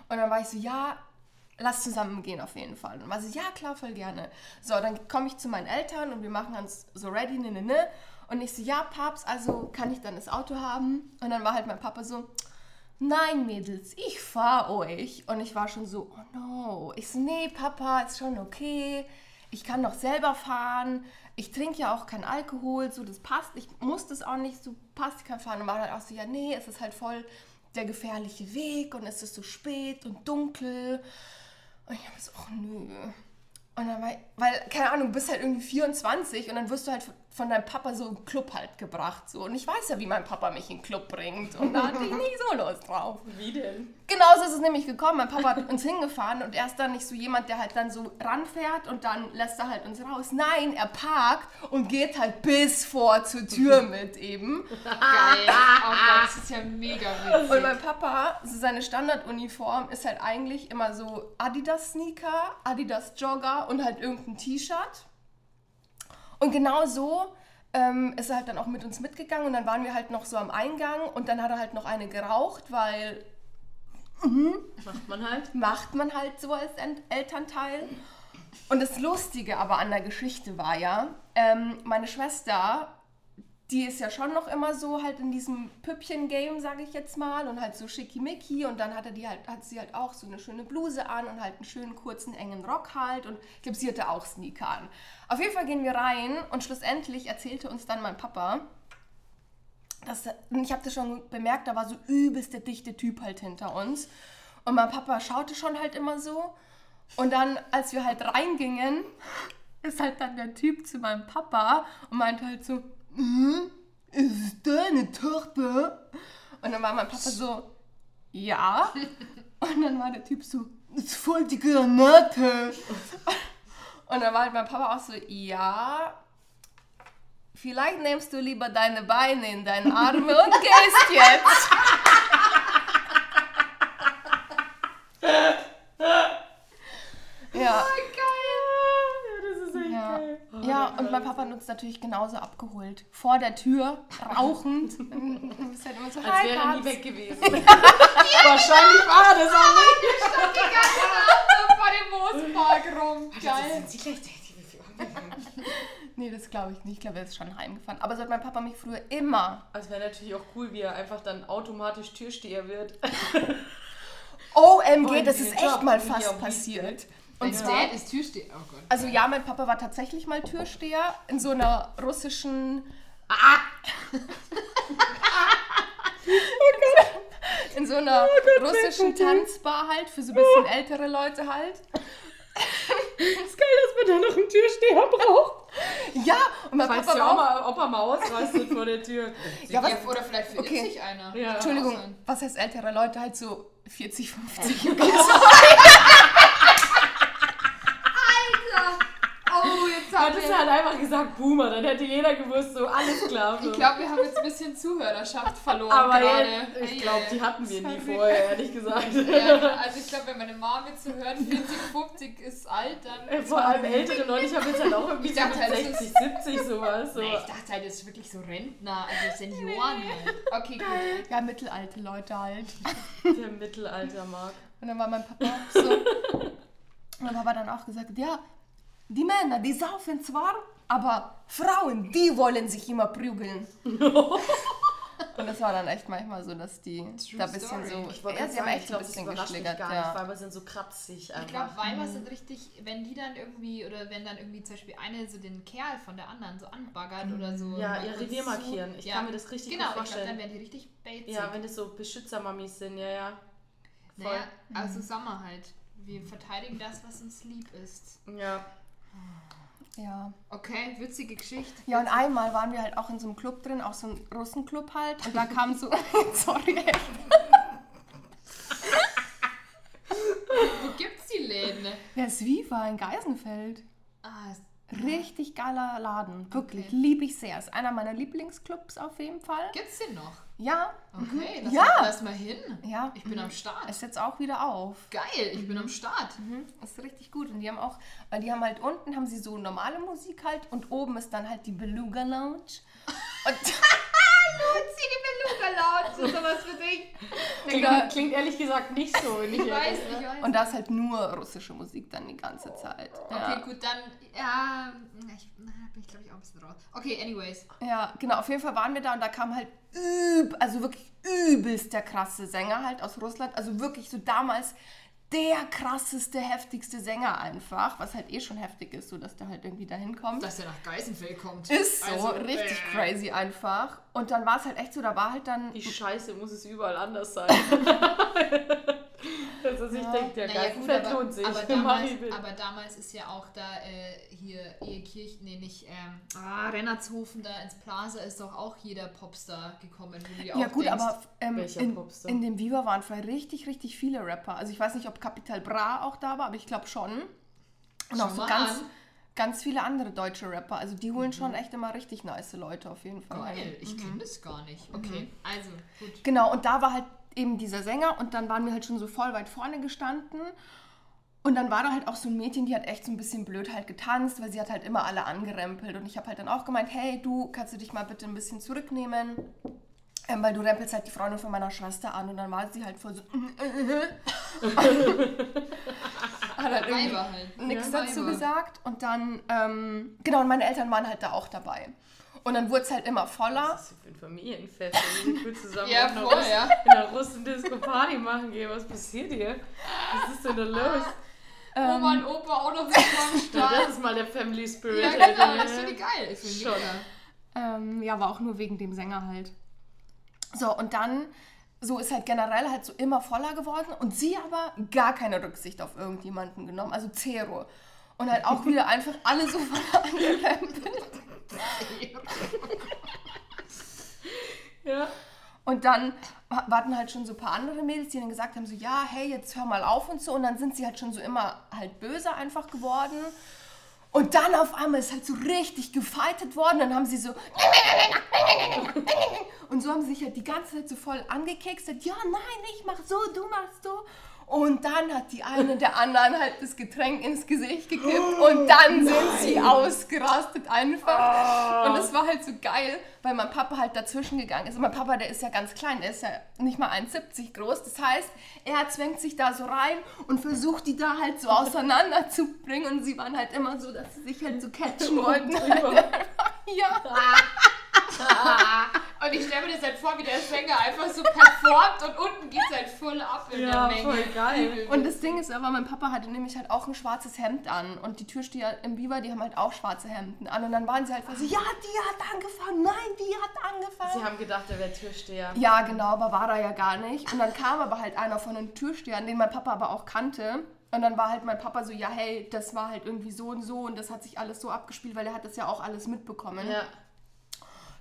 [SPEAKER 3] Und dann war ich so, ja, lass zusammen gehen auf jeden Fall. Und war sie, ja, klar, voll gerne. So, dann komme ich zu meinen Eltern und wir machen uns so ready, ne, ne, ne. Und ich so, ja, Papst, also kann ich dann das Auto haben? Und dann war halt mein Papa so, Nein, Mädels, ich fahr euch. Und ich war schon so, oh no. Ich so, nee, Papa, ist schon okay. Ich kann doch selber fahren. Ich trinke ja auch keinen Alkohol, so das passt. Ich muss das auch nicht, so passt, ich kann fahren. Und war halt auch so, ja, nee, es ist halt voll der gefährliche Weg und es ist so spät und dunkel. Und ich habe so, oh nö. Und dann war ich, weil, keine Ahnung, du bist halt irgendwie 24 und dann wirst du halt von deinem Papa so im Club halt gebracht. So. Und ich weiß ja, wie mein Papa mich in den Club bringt. Und da hatte ich nicht so Lust drauf.
[SPEAKER 1] Wie denn?
[SPEAKER 3] Genauso ist es nämlich gekommen. Mein Papa hat uns hingefahren und er ist dann nicht so jemand, der halt dann so ranfährt und dann lässt er halt uns raus. Nein, er parkt und geht halt bis vor zur Tür mit eben.
[SPEAKER 2] Geil. Oh Gott, das ist ja mega
[SPEAKER 3] Ah, Und
[SPEAKER 2] witzig.
[SPEAKER 3] mein Papa, so seine Standarduniform ist halt eigentlich immer so Adidas-Sneaker, Adidas-Jogger und halt irgendein T-Shirt. Und genau so ähm, ist er halt dann auch mit uns mitgegangen und dann waren wir halt noch so am Eingang und dann hat er halt noch eine geraucht, weil
[SPEAKER 1] Macht man halt.
[SPEAKER 3] macht man halt so als Ent Elternteil. Und das Lustige aber an der Geschichte war ja, ähm, meine Schwester, die ist ja schon noch immer so halt in diesem Püppchen-Game, sage ich jetzt mal, und halt so schickimicki. Und dann hatte die halt, hat sie halt auch so eine schöne Bluse an und halt einen schönen kurzen engen Rock halt. Und ich glaube, sie hatte auch Sneaker an. Auf jeden Fall gehen wir rein und schlussendlich erzählte uns dann mein Papa, das, ich habe das schon bemerkt, da war so übelst der dichte Typ halt hinter uns. Und mein Papa schaute schon halt immer so. Und dann, als wir halt reingingen, ist halt dann der Typ zu meinem Papa und meinte halt so, mhm, ist es deine Tochter? Und dann war mein Papa so, ja. Und dann war der Typ so, das ist voll die Granate. Und dann war halt mein Papa auch so, ja. Vielleicht nimmst du lieber deine Beine in deine Arme und gehst jetzt. ja.
[SPEAKER 1] das ist echt
[SPEAKER 3] Ja,
[SPEAKER 1] geil. Oh,
[SPEAKER 3] ja
[SPEAKER 1] Gott.
[SPEAKER 3] und mein Papa nutzt natürlich genauso abgeholt. Vor der Tür, rauchend. Du bist halt immer so,
[SPEAKER 1] Als
[SPEAKER 3] Hi,
[SPEAKER 1] wäre er nie
[SPEAKER 3] Papst.
[SPEAKER 1] weg gewesen. Wahrscheinlich war er das auch nicht.
[SPEAKER 2] Die ganze Nacht so vor dem Moospark
[SPEAKER 1] Oh,
[SPEAKER 2] rum. Geil.
[SPEAKER 1] Sie gleichzeitig wie
[SPEAKER 3] Nee, das glaube ich nicht. Ich glaube, er ist schon heimgefahren. Aber so hat mein Papa mich früher immer.
[SPEAKER 1] Es Also wäre natürlich auch cool, wie er einfach dann automatisch Türsteher wird.
[SPEAKER 3] OMG,
[SPEAKER 1] Wollen
[SPEAKER 3] das
[SPEAKER 1] Sie
[SPEAKER 3] ist
[SPEAKER 1] Oh, den
[SPEAKER 3] echt
[SPEAKER 1] Job?
[SPEAKER 3] mal
[SPEAKER 1] Will
[SPEAKER 3] fast
[SPEAKER 1] ja auch
[SPEAKER 3] passiert.
[SPEAKER 2] Dein
[SPEAKER 3] Und zwar,
[SPEAKER 2] Dad ist Türsteher. Oh Gott.
[SPEAKER 3] also ja, mein Papa war tatsächlich mal Türsteher in so einer russischen. Ah! Oh In so
[SPEAKER 1] Oh
[SPEAKER 3] einer russischen Tanzbar halt, für so ein bisschen ältere Leute halt.
[SPEAKER 1] ist geil, dass man da noch einen Türsteher braucht.
[SPEAKER 3] Ja, und mein
[SPEAKER 1] Falls
[SPEAKER 3] Papa
[SPEAKER 1] der
[SPEAKER 3] war
[SPEAKER 1] Oma,
[SPEAKER 3] auch
[SPEAKER 1] Opa mal ausrastet vor der Tür.
[SPEAKER 3] Ja, was-
[SPEAKER 2] Oder vielleicht verirrt
[SPEAKER 3] Okay.
[SPEAKER 2] sich einer.
[SPEAKER 1] Ja.
[SPEAKER 3] Entschuldigung,
[SPEAKER 2] Kann auch sein.
[SPEAKER 3] was heißt ältere Leute? Halt so 40, 50.
[SPEAKER 2] Alter. Oh, jetzt
[SPEAKER 1] Hat
[SPEAKER 2] hat
[SPEAKER 1] es
[SPEAKER 2] er...
[SPEAKER 1] halt einfach gesagt, Boomer, dann hätte jeder gewusst, so alles klar. So.
[SPEAKER 2] Ich glaube, wir haben jetzt ein bisschen Zuhörerschaft verloren
[SPEAKER 1] aber
[SPEAKER 2] gerade.
[SPEAKER 1] jetzt,
[SPEAKER 2] Ei,
[SPEAKER 1] ich glaube,
[SPEAKER 2] ei,
[SPEAKER 1] die hatten wir nie
[SPEAKER 3] Sorry.
[SPEAKER 1] vorher, ehrlich gesagt.
[SPEAKER 2] Ja, also ich glaube, wenn meine Mom jetzt so hört, 40, 50 ist alt, dann...
[SPEAKER 1] Vor allem ältere Leute, ich habe jetzt halt auch irgendwie
[SPEAKER 2] Ich
[SPEAKER 1] so
[SPEAKER 2] dachte
[SPEAKER 1] mit
[SPEAKER 2] halt, es ist-
[SPEAKER 1] 60, 70 sowas. So.
[SPEAKER 2] Nee, ich dachte halt, das ist wirklich so Rentner, also Senioren halt. Okay,
[SPEAKER 1] Äh.
[SPEAKER 2] gut.
[SPEAKER 3] ja, mittelalte Leute halt.
[SPEAKER 1] Der Mittelalter mag.
[SPEAKER 3] Und dann war mein Papa auch so. Und mein Papa hat dann auch gesagt, ja, die Männer, die saufen zwar, aber Frauen, die wollen sich immer prügeln. Und das war dann echt manchmal so, dass die
[SPEAKER 2] True
[SPEAKER 3] da ein bisschen
[SPEAKER 2] story.
[SPEAKER 3] so.
[SPEAKER 1] Ich wollte
[SPEAKER 3] ja,
[SPEAKER 1] gerade
[SPEAKER 3] sie haben
[SPEAKER 1] sagen,
[SPEAKER 3] echt
[SPEAKER 1] ich glaub,
[SPEAKER 3] ein
[SPEAKER 1] das
[SPEAKER 3] bisschen
[SPEAKER 1] überrascht mich
[SPEAKER 3] geschlägert.
[SPEAKER 1] gar
[SPEAKER 3] Ja.
[SPEAKER 1] nicht. Weiber sind so kratzig
[SPEAKER 2] Ich glaube,
[SPEAKER 1] einfach.
[SPEAKER 2] Weiber sind richtig, wenn die dann irgendwie, oder wenn dann irgendwie zum Beispiel eine so den Kerl von der anderen so anbaggert oder so.
[SPEAKER 1] Ja,
[SPEAKER 2] mal
[SPEAKER 1] ihr
[SPEAKER 2] kurz
[SPEAKER 1] Revier
[SPEAKER 2] zu-
[SPEAKER 1] markieren. Ich kann mir das richtig
[SPEAKER 2] genau,
[SPEAKER 1] gut vorstellen.
[SPEAKER 2] Genau, ich glaube, dann werden die richtig baitzig.
[SPEAKER 1] ja, wenn das so Beschützermamis sind, ja, ja. Voll. Mhm.
[SPEAKER 2] naja, also Sommer halt. Wir verteidigen das, was uns lieb ist.
[SPEAKER 1] Ja.
[SPEAKER 3] ja.
[SPEAKER 2] Okay, witzige Geschichte.
[SPEAKER 3] Ja, und einmal waren wir halt auch in so einem Club drin, auch so einem Russenclub halt. Und da kam so, sorry, ey.
[SPEAKER 2] Wo gibt's die Läden?
[SPEAKER 3] Ja, Swiva in Geisenfeld.
[SPEAKER 2] Ah, ist-
[SPEAKER 3] Richtig geiler Laden. Wirklich,
[SPEAKER 2] Okay.
[SPEAKER 3] liebe ich sehr. Ist einer meiner Lieblingsclubs auf jeden Fall.
[SPEAKER 2] gibt's den noch?
[SPEAKER 3] Ja,
[SPEAKER 1] Mhm.
[SPEAKER 2] Okay, lass,
[SPEAKER 3] Ja.
[SPEAKER 2] mal, lass mal hin.
[SPEAKER 3] ja.
[SPEAKER 2] Ich bin am Start.
[SPEAKER 3] Ist jetzt auch wieder auf.
[SPEAKER 2] Geil, ich bin am Start.
[SPEAKER 3] Mhm. Ist richtig gut. Und die haben auch, weil die haben halt unten haben sie so normale Musik halt und oben ist dann halt die Beluga Lounge. Und
[SPEAKER 2] Zieh die Beluga laut, das ist sowas für dich.
[SPEAKER 1] Klingt, klingt ehrlich gesagt nicht so, wenn ich
[SPEAKER 2] Ich weiß,
[SPEAKER 1] ehrlich
[SPEAKER 2] ich weiß.
[SPEAKER 3] und da ist halt nur russische Musik dann die ganze Zeit.
[SPEAKER 2] okay,
[SPEAKER 3] Ja.
[SPEAKER 2] gut, dann. Ja, ich, na, bin ich glaube ich auch ein bisschen raus. Okay, anyways.
[SPEAKER 3] ja, genau. Auf jeden Fall waren wir da und da kam halt üb, also wirklich übelst der krasse Sänger halt aus Russland. Also wirklich so damals der krasseste, heftigste Sänger einfach, was halt eh schon heftig ist, so dass der halt irgendwie dahin kommt.
[SPEAKER 2] Dass der nach Geisenfeld kommt.
[SPEAKER 3] Ist so,
[SPEAKER 2] Also,
[SPEAKER 3] richtig
[SPEAKER 2] äh.
[SPEAKER 3] crazy einfach. Und dann war es halt echt so, da war halt dann.
[SPEAKER 1] Die Scheiße muss es überall anders sein. Dass er sich denkt, der
[SPEAKER 2] Naja, gut,
[SPEAKER 1] Geisenfeld
[SPEAKER 2] aber,
[SPEAKER 1] lohnt sich.
[SPEAKER 2] Aber
[SPEAKER 1] Mach ich
[SPEAKER 2] damals,
[SPEAKER 1] mit.
[SPEAKER 2] aber damals ist ja auch da äh, hier Ehekirch, nee, nicht ähm, ah, Rennertshofen da ins Plaza ist doch auch jeder Popstar gekommen. Wo du dir
[SPEAKER 3] Ja
[SPEAKER 2] auch
[SPEAKER 3] gut,
[SPEAKER 2] denkst,
[SPEAKER 3] aber ähm,
[SPEAKER 1] welcher
[SPEAKER 3] in,
[SPEAKER 1] Popstar?
[SPEAKER 3] in dem Viva waren vorher richtig, richtig viele Rapper. Also ich weiß nicht, ob Capital Bra auch da war, aber ich glaube schon. Und auch
[SPEAKER 2] Schau
[SPEAKER 3] so
[SPEAKER 2] mal
[SPEAKER 3] ganz,
[SPEAKER 2] an. Mhm.
[SPEAKER 3] ganz viele andere deutsche Rapper. Also die holen schon echt immer richtig nice Leute auf jeden Fall.
[SPEAKER 2] Geil, ich
[SPEAKER 3] Mhm.
[SPEAKER 2] kenne das gar nicht. Okay, also gut.
[SPEAKER 3] Genau, und da war halt eben dieser Sänger und dann waren wir halt schon so voll weit vorne gestanden. Und dann war da halt auch so ein Mädchen, die hat echt so ein bisschen blöd halt getanzt, weil sie hat halt immer alle angerempelt. Und ich habe halt dann auch gemeint, hey, du, kannst du dich mal bitte ein bisschen zurücknehmen? Ähm, weil du rempelst halt die Freundin von meiner Schwester an. Und dann war sie halt voll so... hat halt irgendwie
[SPEAKER 2] Weiber halt.
[SPEAKER 3] nichts
[SPEAKER 2] Ja.
[SPEAKER 3] dazu
[SPEAKER 2] Weiber.
[SPEAKER 3] gesagt. Und dann, ähm, genau, und meine Eltern waren halt da auch dabei. Und dann wurde es halt immer voller.
[SPEAKER 1] Das ist für ein Familienfest, wenn wir gut zusammen
[SPEAKER 2] Ja,
[SPEAKER 1] auf einer
[SPEAKER 2] voll,
[SPEAKER 1] Russen-
[SPEAKER 2] ja.
[SPEAKER 1] in einer Russen-Disco Party machen gehen. Was passiert hier? Was ist denn da los?
[SPEAKER 3] Ähm,
[SPEAKER 2] Oma und Opa auch noch mit am
[SPEAKER 1] Ja,
[SPEAKER 2] Start.
[SPEAKER 1] das ist mal der Family Spirit.
[SPEAKER 2] Ja,
[SPEAKER 1] Alter.
[SPEAKER 2] genau, das finde ich geil. Ich finde
[SPEAKER 1] Schon.
[SPEAKER 2] mega.
[SPEAKER 3] Ähm, ja, aber auch nur wegen dem Sänger halt. So, und dann, so ist halt generell halt so immer voller geworden und sie aber gar keine Rücksicht auf irgendjemanden genommen, also Zero. Und halt auch wieder einfach alle so voll angerempelt. Und dann wa- warten halt schon so ein paar andere Mädels, die dann gesagt haben, so, ja, hey, jetzt hör mal auf und so. Und dann sind sie halt schon so immer halt böse einfach geworden. Und dann auf einmal ist halt so richtig gefeitet worden. Dann haben sie so. Und so haben sie sich halt die ganze Zeit so voll angekekst. Hat, ja, nein, ich mach so, du machst so. Und dann hat die eine der anderen halt das Getränk ins Gesicht gekippt. Und dann sind sie ausgerastet einfach. Und das war halt so geil, weil mein Papa halt dazwischen gegangen ist. Und mein Papa, der ist ja ganz klein. Der ist ja nicht mal 1,70 groß. Das heißt, er zwängt sich da so rein und versucht, die da halt so auseinanderzubringen. Und sie waren halt immer so, dass sie sich halt so catchen wollten. ja.
[SPEAKER 2] Und ich stelle mir das halt vor, wie der Sänger einfach so performt und unten geht's halt voll ab in
[SPEAKER 1] Ja,
[SPEAKER 2] der Menge.
[SPEAKER 1] voll geil.
[SPEAKER 3] Und das Ding ist aber, mein Papa hatte nämlich halt auch ein schwarzes Hemd an. Und die Türsteher im Biber, die haben halt auch schwarze Hemden an. Und dann waren sie halt voll so, ja, die hat angefangen, nein, die hat
[SPEAKER 1] Sie
[SPEAKER 3] angefangen.
[SPEAKER 1] haben gedacht, er wäre Türsteher.
[SPEAKER 3] Ja, genau, aber war da ja gar nicht. Und dann kam aber halt einer von den Türstehern, den mein Papa aber auch kannte. Und dann war halt mein Papa so, ja, hey, das war halt irgendwie so und so und das hat sich alles so abgespielt, weil er hat das ja auch alles mitbekommen.
[SPEAKER 1] Ja.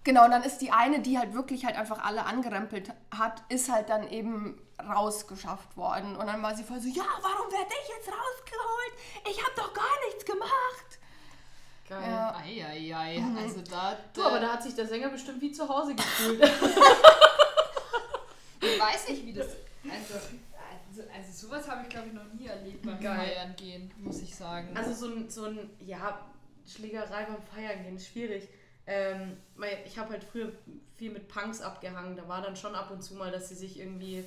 [SPEAKER 3] Genau, und dann ist die eine, die halt wirklich halt einfach alle angerempelt hat, ist halt dann eben rausgeschafft worden. Und dann war sie voll so, ja, warum werde ich jetzt rausgeholt? Ich habe doch gar nichts gemacht.
[SPEAKER 1] Geil.
[SPEAKER 3] Ja.
[SPEAKER 2] Eieiei, also da,
[SPEAKER 1] Du, aber da hat sich der Sänger bestimmt wie zu Hause gefühlt.
[SPEAKER 2] ich weiß nicht, wie das. Also, also, also sowas habe ich glaube ich noch nie erlebt beim
[SPEAKER 1] Geil.
[SPEAKER 2] Feiern gehen, muss ich sagen.
[SPEAKER 1] Also so ein, so ein ja, Schlägerei beim Feiern gehen, ist schwierig. Ähm, weil ich habe halt früher viel mit Punks abgehangen. Da war dann schon ab und zu mal, dass sie sich irgendwie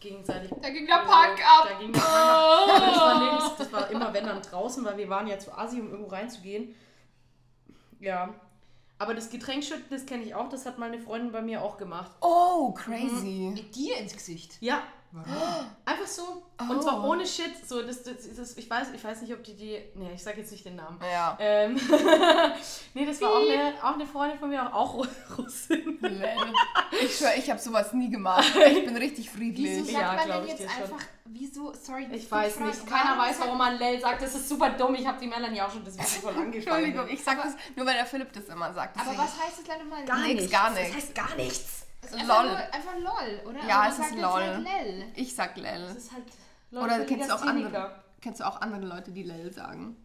[SPEAKER 1] gegenseitig... äh,
[SPEAKER 2] da ging der Punk ab. Oh.
[SPEAKER 1] Da ging der Punk ab. Aber Das war, nirgends, das war immer, wenn dann draußen, weil wir waren ja zu Asi, um irgendwo reinzugehen. Ja. Aber das Getränkschütten, das kenne ich auch. Das hat meine Freundin bei mir auch gemacht.
[SPEAKER 3] Oh, crazy.
[SPEAKER 2] Mit dir ins Gesicht.
[SPEAKER 1] Ja.
[SPEAKER 2] Warum?
[SPEAKER 1] Einfach so.
[SPEAKER 3] Oh.
[SPEAKER 1] Und zwar ohne Shit. So, das, das, das, ich, weiß, ich weiß nicht, ob die die... Nee, ich sage jetzt nicht den Namen.
[SPEAKER 3] Ja.
[SPEAKER 1] Ähm, nee, das war auch eine, auch eine Freundin von mir, auch Ru- Russin.
[SPEAKER 3] Ich schwör, ich habe sowas nie gemacht. Ich bin richtig
[SPEAKER 2] Wieso
[SPEAKER 3] friedlich.
[SPEAKER 2] sagt
[SPEAKER 1] Ja,
[SPEAKER 2] man
[SPEAKER 1] glaub
[SPEAKER 2] denn
[SPEAKER 1] ich
[SPEAKER 2] jetzt
[SPEAKER 1] dir schon.
[SPEAKER 2] einfach, wieso, sorry,
[SPEAKER 1] Ich weiß
[SPEAKER 2] frage,
[SPEAKER 1] nicht, keiner
[SPEAKER 2] warum
[SPEAKER 1] weiß,
[SPEAKER 2] sagt-
[SPEAKER 1] warum man Lell sagt. Das ist super dumm. Ich habe die Melanie auch schon das Video voll angefangen.
[SPEAKER 3] Entschuldigung, ich sag das nur, weil der Philipp das immer sagt.
[SPEAKER 2] Aber
[SPEAKER 3] Deswegen-
[SPEAKER 2] was heißt das leider mal?
[SPEAKER 3] Nix, gar nichts.
[SPEAKER 1] heißt gar nichts.
[SPEAKER 2] Also einfach,
[SPEAKER 3] Lol.
[SPEAKER 2] Nur, einfach LOL, oder?
[SPEAKER 3] Ja,
[SPEAKER 2] Aber
[SPEAKER 3] es
[SPEAKER 2] man sagt
[SPEAKER 3] ist lol.
[SPEAKER 2] jetzt Halt Lell.
[SPEAKER 3] Ich sag Lel.
[SPEAKER 1] Das ist halt
[SPEAKER 3] Oder
[SPEAKER 1] Leute, die
[SPEAKER 3] kennst du auch
[SPEAKER 1] Gastheniker.
[SPEAKER 3] andere? Kennst du auch andere Leute, die Lel sagen?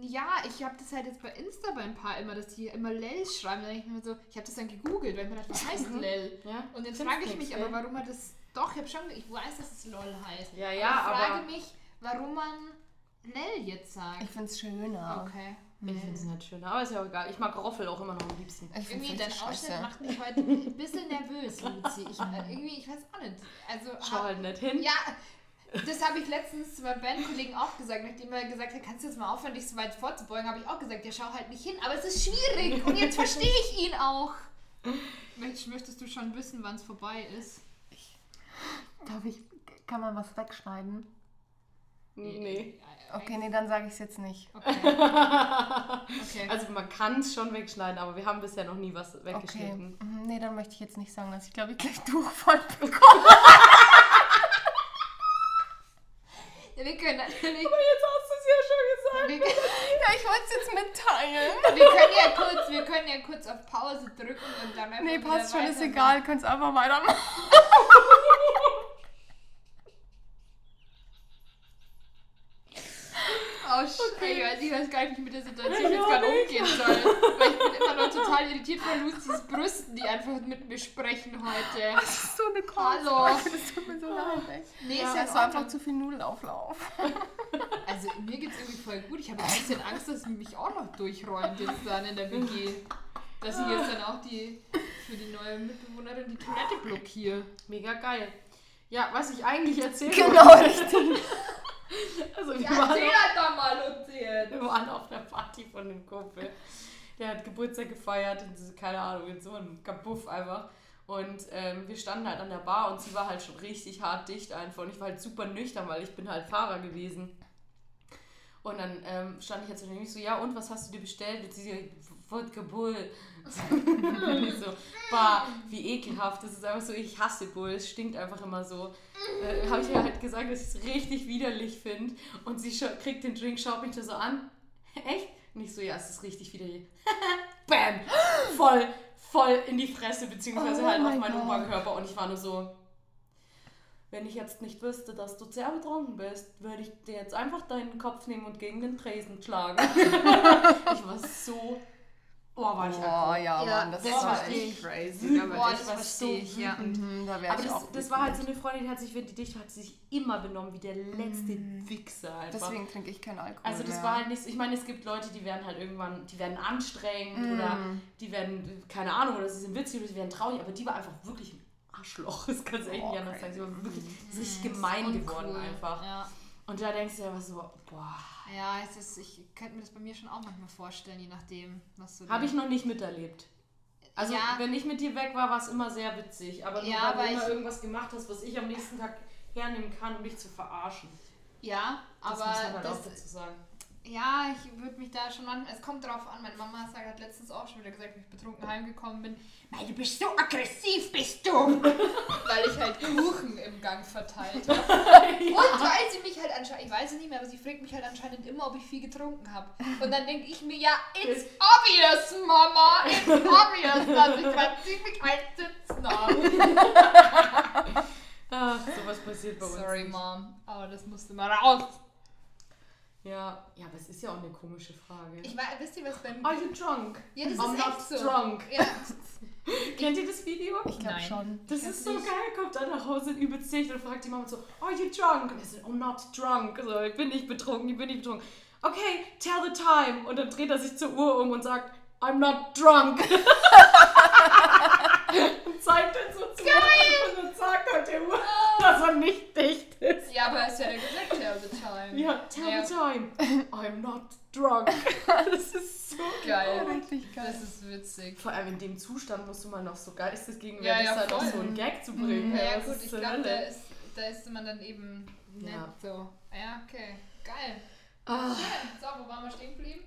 [SPEAKER 2] Ja, ich habe das halt jetzt bei Insta bei ein paar immer, dass die immer Lell schreiben. Da denke ich mir so, ich habe das dann gegoogelt, weil ich mir dachte, was heißt Lell?
[SPEAKER 1] Ja.
[SPEAKER 2] Und jetzt
[SPEAKER 1] Stimmt
[SPEAKER 2] frage ich
[SPEAKER 1] nichts,
[SPEAKER 2] mich aber,
[SPEAKER 1] ey.
[SPEAKER 2] warum hat das. Doch, ich habe schon. Ich weiß, dass es LOL heißt.
[SPEAKER 1] Ja, ja,
[SPEAKER 2] Ich frage
[SPEAKER 1] aber-
[SPEAKER 2] mich, warum man Lell jetzt
[SPEAKER 3] Ich
[SPEAKER 2] sagt.
[SPEAKER 3] find's schöner.
[SPEAKER 2] Okay.
[SPEAKER 1] Ich finde es nicht schöner, aber ist ja auch egal. Ich mag Roffel auch immer noch am liebsten.
[SPEAKER 3] Ich find's
[SPEAKER 2] Irgendwie, dein
[SPEAKER 3] richtig
[SPEAKER 2] Ausschnitt macht mich heute ein bisschen nervös, Luzi. Ich, äh, irgendwie, ich weiß auch nicht. Also,
[SPEAKER 1] Schau
[SPEAKER 2] hab-
[SPEAKER 1] halt nicht hin.
[SPEAKER 2] Ja, das habe ich letztens zu meinem Bandkollegen auch gesagt. Nachdem er gesagt hat, kannst du jetzt mal aufhören, dich so weit vorzubeugen, habe ich auch gesagt, ja, schau halt nicht hin. Aber es ist schwierig und jetzt verstehe ich ihn auch. Mensch, möchtest du schon wissen, wann es vorbei ist?
[SPEAKER 3] Darf ich, kann man was wegschneiden?
[SPEAKER 1] Nee.
[SPEAKER 3] Okay, nee, dann sage ich es jetzt nicht.
[SPEAKER 2] Okay. okay.
[SPEAKER 1] Also man kann es schon wegschneiden, aber wir haben bisher noch nie was
[SPEAKER 3] Okay.
[SPEAKER 1] weggeschnitten.
[SPEAKER 3] Mhm, Nee, dann möchte ich jetzt nicht sagen, dass ich glaube ich gleich Durchfall bekomme.
[SPEAKER 2] Ja, wir können natürlich.
[SPEAKER 1] Jetzt hast du es ja schon gesagt.
[SPEAKER 2] Wir, wir
[SPEAKER 3] Ja, ich wollte es jetzt mitteilen.
[SPEAKER 2] können ja kurz, wir können ja kurz auf Pause drücken und dann einfach
[SPEAKER 3] Nee,
[SPEAKER 2] wieder
[SPEAKER 3] passt schon, ist
[SPEAKER 2] weitermachen.
[SPEAKER 3] egal, kannst einfach weitermachen.
[SPEAKER 2] Oh, okay. ich, weiß, ich weiß gar nicht, wie ich mit der Situation
[SPEAKER 1] Ich
[SPEAKER 2] jetzt
[SPEAKER 1] auch
[SPEAKER 2] gerade
[SPEAKER 1] nicht.
[SPEAKER 2] umgehen soll. Weil ich bin immer noch total irritiert von Lucys Brüsten, die einfach mit mir sprechen heute.
[SPEAKER 3] Das ist so eine Karte.
[SPEAKER 2] Hallo.
[SPEAKER 3] Das tut mir so leid. echt.
[SPEAKER 2] Nee,
[SPEAKER 3] Ja,
[SPEAKER 2] ist ja
[SPEAKER 3] es war
[SPEAKER 2] in
[SPEAKER 3] einfach
[SPEAKER 2] Ordnung.
[SPEAKER 3] zu viel Nudelauflauf.
[SPEAKER 2] Also mir geht's irgendwie voll gut. Ich habe ein bisschen Angst, dass mich auch noch durchräumt jetzt dann in der WG. Dass ich jetzt dann auch die für die neue Mitbewohnerin die Toilette blockiere.
[SPEAKER 1] Mega geil. Ja, was ich eigentlich erzählen
[SPEAKER 3] Genau, richtig.
[SPEAKER 1] wollte, also wir waren
[SPEAKER 2] halt doch mal, Luzi. jetzt.
[SPEAKER 1] Wir waren auf der Party von dem Kumpel. Der hat Geburtstag gefeiert und so, keine Ahnung, in so einem Kapuff einfach. Und ähm, wir standen halt an der Bar und sie war halt schon richtig hart dicht einfach. Und ich war halt super nüchtern, weil ich bin halt Fahrer gewesen. Und dann ähm, stand ich jetzt und ich so, ja und, was hast du dir bestellt? Und sie so, Wodka Bull. und ich so, bah, wie ekelhaft. Das ist einfach so, ich hasse Bull, es stinkt einfach immer so. Äh, Habe ich ihr halt gesagt, dass ich es richtig widerlich finde. Und sie scha- kriegt den Drink, schaut mich da so an. Echt? Und ich so, ja, es ist richtig widerlich. Bam! Voll, voll in die Fresse, beziehungsweise
[SPEAKER 3] Oh
[SPEAKER 1] halt auf
[SPEAKER 3] mein
[SPEAKER 1] meinen
[SPEAKER 3] Gott.
[SPEAKER 1] Oberkörper. Und ich war nur so, wenn ich jetzt nicht wüsste, dass du sehr betrunken bist, würde ich dir jetzt einfach deinen Kopf nehmen und gegen den Tresen schlagen. ich war so, oh, war ich
[SPEAKER 3] Oh
[SPEAKER 1] aggro.
[SPEAKER 3] ja,
[SPEAKER 2] Ja,
[SPEAKER 3] Mann, das,
[SPEAKER 1] das
[SPEAKER 3] war
[SPEAKER 1] verstehe
[SPEAKER 3] echt
[SPEAKER 1] ich.
[SPEAKER 3] crazy. Da
[SPEAKER 2] Boah,
[SPEAKER 3] war
[SPEAKER 1] ich
[SPEAKER 2] das
[SPEAKER 1] war
[SPEAKER 2] verstehe
[SPEAKER 1] so
[SPEAKER 2] ich, ja.
[SPEAKER 3] ich, mhm, da wäre
[SPEAKER 1] Aber
[SPEAKER 3] ich
[SPEAKER 1] das,
[SPEAKER 3] auch.
[SPEAKER 1] das war halt so eine Freundin, die hat sich, wenn die dich hat, sie sich immer benommen wie der letzte
[SPEAKER 2] Mhm.
[SPEAKER 1] Wichser. Einfach.
[SPEAKER 3] Deswegen trinke ich keinen Alkohol.
[SPEAKER 1] Also das
[SPEAKER 3] mehr.
[SPEAKER 1] war halt nicht so, ich meine, es gibt Leute, die werden halt irgendwann, die werden anstrengend oder
[SPEAKER 2] Mhm.
[SPEAKER 1] die werden, keine Ahnung, oder sie sind witzig oder sie werden traurig, aber die war einfach wirklich ein Arschloch, das kannst du echt nicht
[SPEAKER 3] Boah,
[SPEAKER 1] anders sagen. Sie war wirklich sie ist richtig
[SPEAKER 2] Mhm. Uncool.
[SPEAKER 1] gemein geworden einfach.
[SPEAKER 2] Ja.
[SPEAKER 1] Und da denkst du dir einfach so, boah,
[SPEAKER 2] Ja, es ist, ich könnte mir das bei mir schon auch manchmal vorstellen, je nachdem, was du.
[SPEAKER 1] habe ich noch nicht miterlebt. Also
[SPEAKER 2] Ja.
[SPEAKER 1] wenn ich mit dir weg war, war es immer sehr witzig, aber nur,
[SPEAKER 2] Ja,
[SPEAKER 1] weil
[SPEAKER 2] aber
[SPEAKER 1] du immer
[SPEAKER 2] ich-
[SPEAKER 1] irgendwas gemacht hast, was ich am nächsten Tag hernehmen kann, um dich zu verarschen.
[SPEAKER 2] Ja,
[SPEAKER 1] Das
[SPEAKER 2] aber
[SPEAKER 1] muss man halt auch
[SPEAKER 2] das,
[SPEAKER 1] dazu sagen.
[SPEAKER 2] ja, ich würde mich da schon manchmal. Es kommt drauf an. Meine Mama hat halt letztens auch schon wieder gesagt, wie ich betrunken heimgekommen bin. Mei, du bist so aggressiv, bist du! Weil ich halt Kuchen im Gang verteilt habe. Und weil sie mich halt anscheinend, ich weiß es nicht mehr, aber sie fragt mich halt anscheinend immer, ob ich viel getrunken habe. Und dann denke ich mir, ja, it's obvious, Mama! It's obvious, dass ich gerade ziemlich weit sitzen habe.
[SPEAKER 1] Ach, sowas passiert bei uns.
[SPEAKER 2] Sorry,
[SPEAKER 1] nicht.
[SPEAKER 2] Mom, aber das musste mal raus.
[SPEAKER 1] Ja, ja, aber es ist ja auch eine komische Frage.
[SPEAKER 2] Ich weiß, wisst ihr, was bei
[SPEAKER 1] Are
[SPEAKER 2] mir.
[SPEAKER 1] you drunk?
[SPEAKER 2] Ja, das
[SPEAKER 1] Oh, I'm
[SPEAKER 2] ist
[SPEAKER 1] not
[SPEAKER 2] echt so.
[SPEAKER 1] drunk.
[SPEAKER 2] Ja,
[SPEAKER 1] Kennt ihr das Video?
[SPEAKER 3] Ich glaube
[SPEAKER 2] Nein.
[SPEAKER 3] schon.
[SPEAKER 1] Das
[SPEAKER 2] Ich
[SPEAKER 1] ist so
[SPEAKER 2] hab nicht-
[SPEAKER 1] geil, kommt da nach Hause übelst dicht und fragt die Mama so, are you drunk? Und er so, I'm not drunk. So, ich bin nicht betrunken, ich bin nicht betrunken. Okay, tell the time. Und dann dreht er sich zur Uhr um und sagt, I'm not drunk. und zeigt dann so zu geil. und dann sagt er der Uhr, dass er nicht dicht ist.
[SPEAKER 2] ja aber es wäre gesagt, tell the time.
[SPEAKER 1] Ja, tell
[SPEAKER 2] Ja.
[SPEAKER 1] the time. I'm not drunk. das ist so
[SPEAKER 2] Geil.
[SPEAKER 3] Wirklich
[SPEAKER 2] Das ist witzig.
[SPEAKER 1] Vor allem in dem Zustand musst du mal noch so geistes
[SPEAKER 2] Ja,
[SPEAKER 1] gegenwärtig
[SPEAKER 2] ja,
[SPEAKER 1] sein,
[SPEAKER 2] voll. Mhm.
[SPEAKER 1] um so einen Gag zu bringen.
[SPEAKER 2] Ja,
[SPEAKER 1] das
[SPEAKER 2] gut,
[SPEAKER 1] ist
[SPEAKER 2] ich
[SPEAKER 1] zur
[SPEAKER 2] glaube,
[SPEAKER 1] Hölle.
[SPEAKER 2] da ist, da ist man dann eben nett
[SPEAKER 1] Ja.
[SPEAKER 2] so. Ja, okay. Geil.
[SPEAKER 1] Ah.
[SPEAKER 2] Schön. So, wo waren wir stehen geblieben?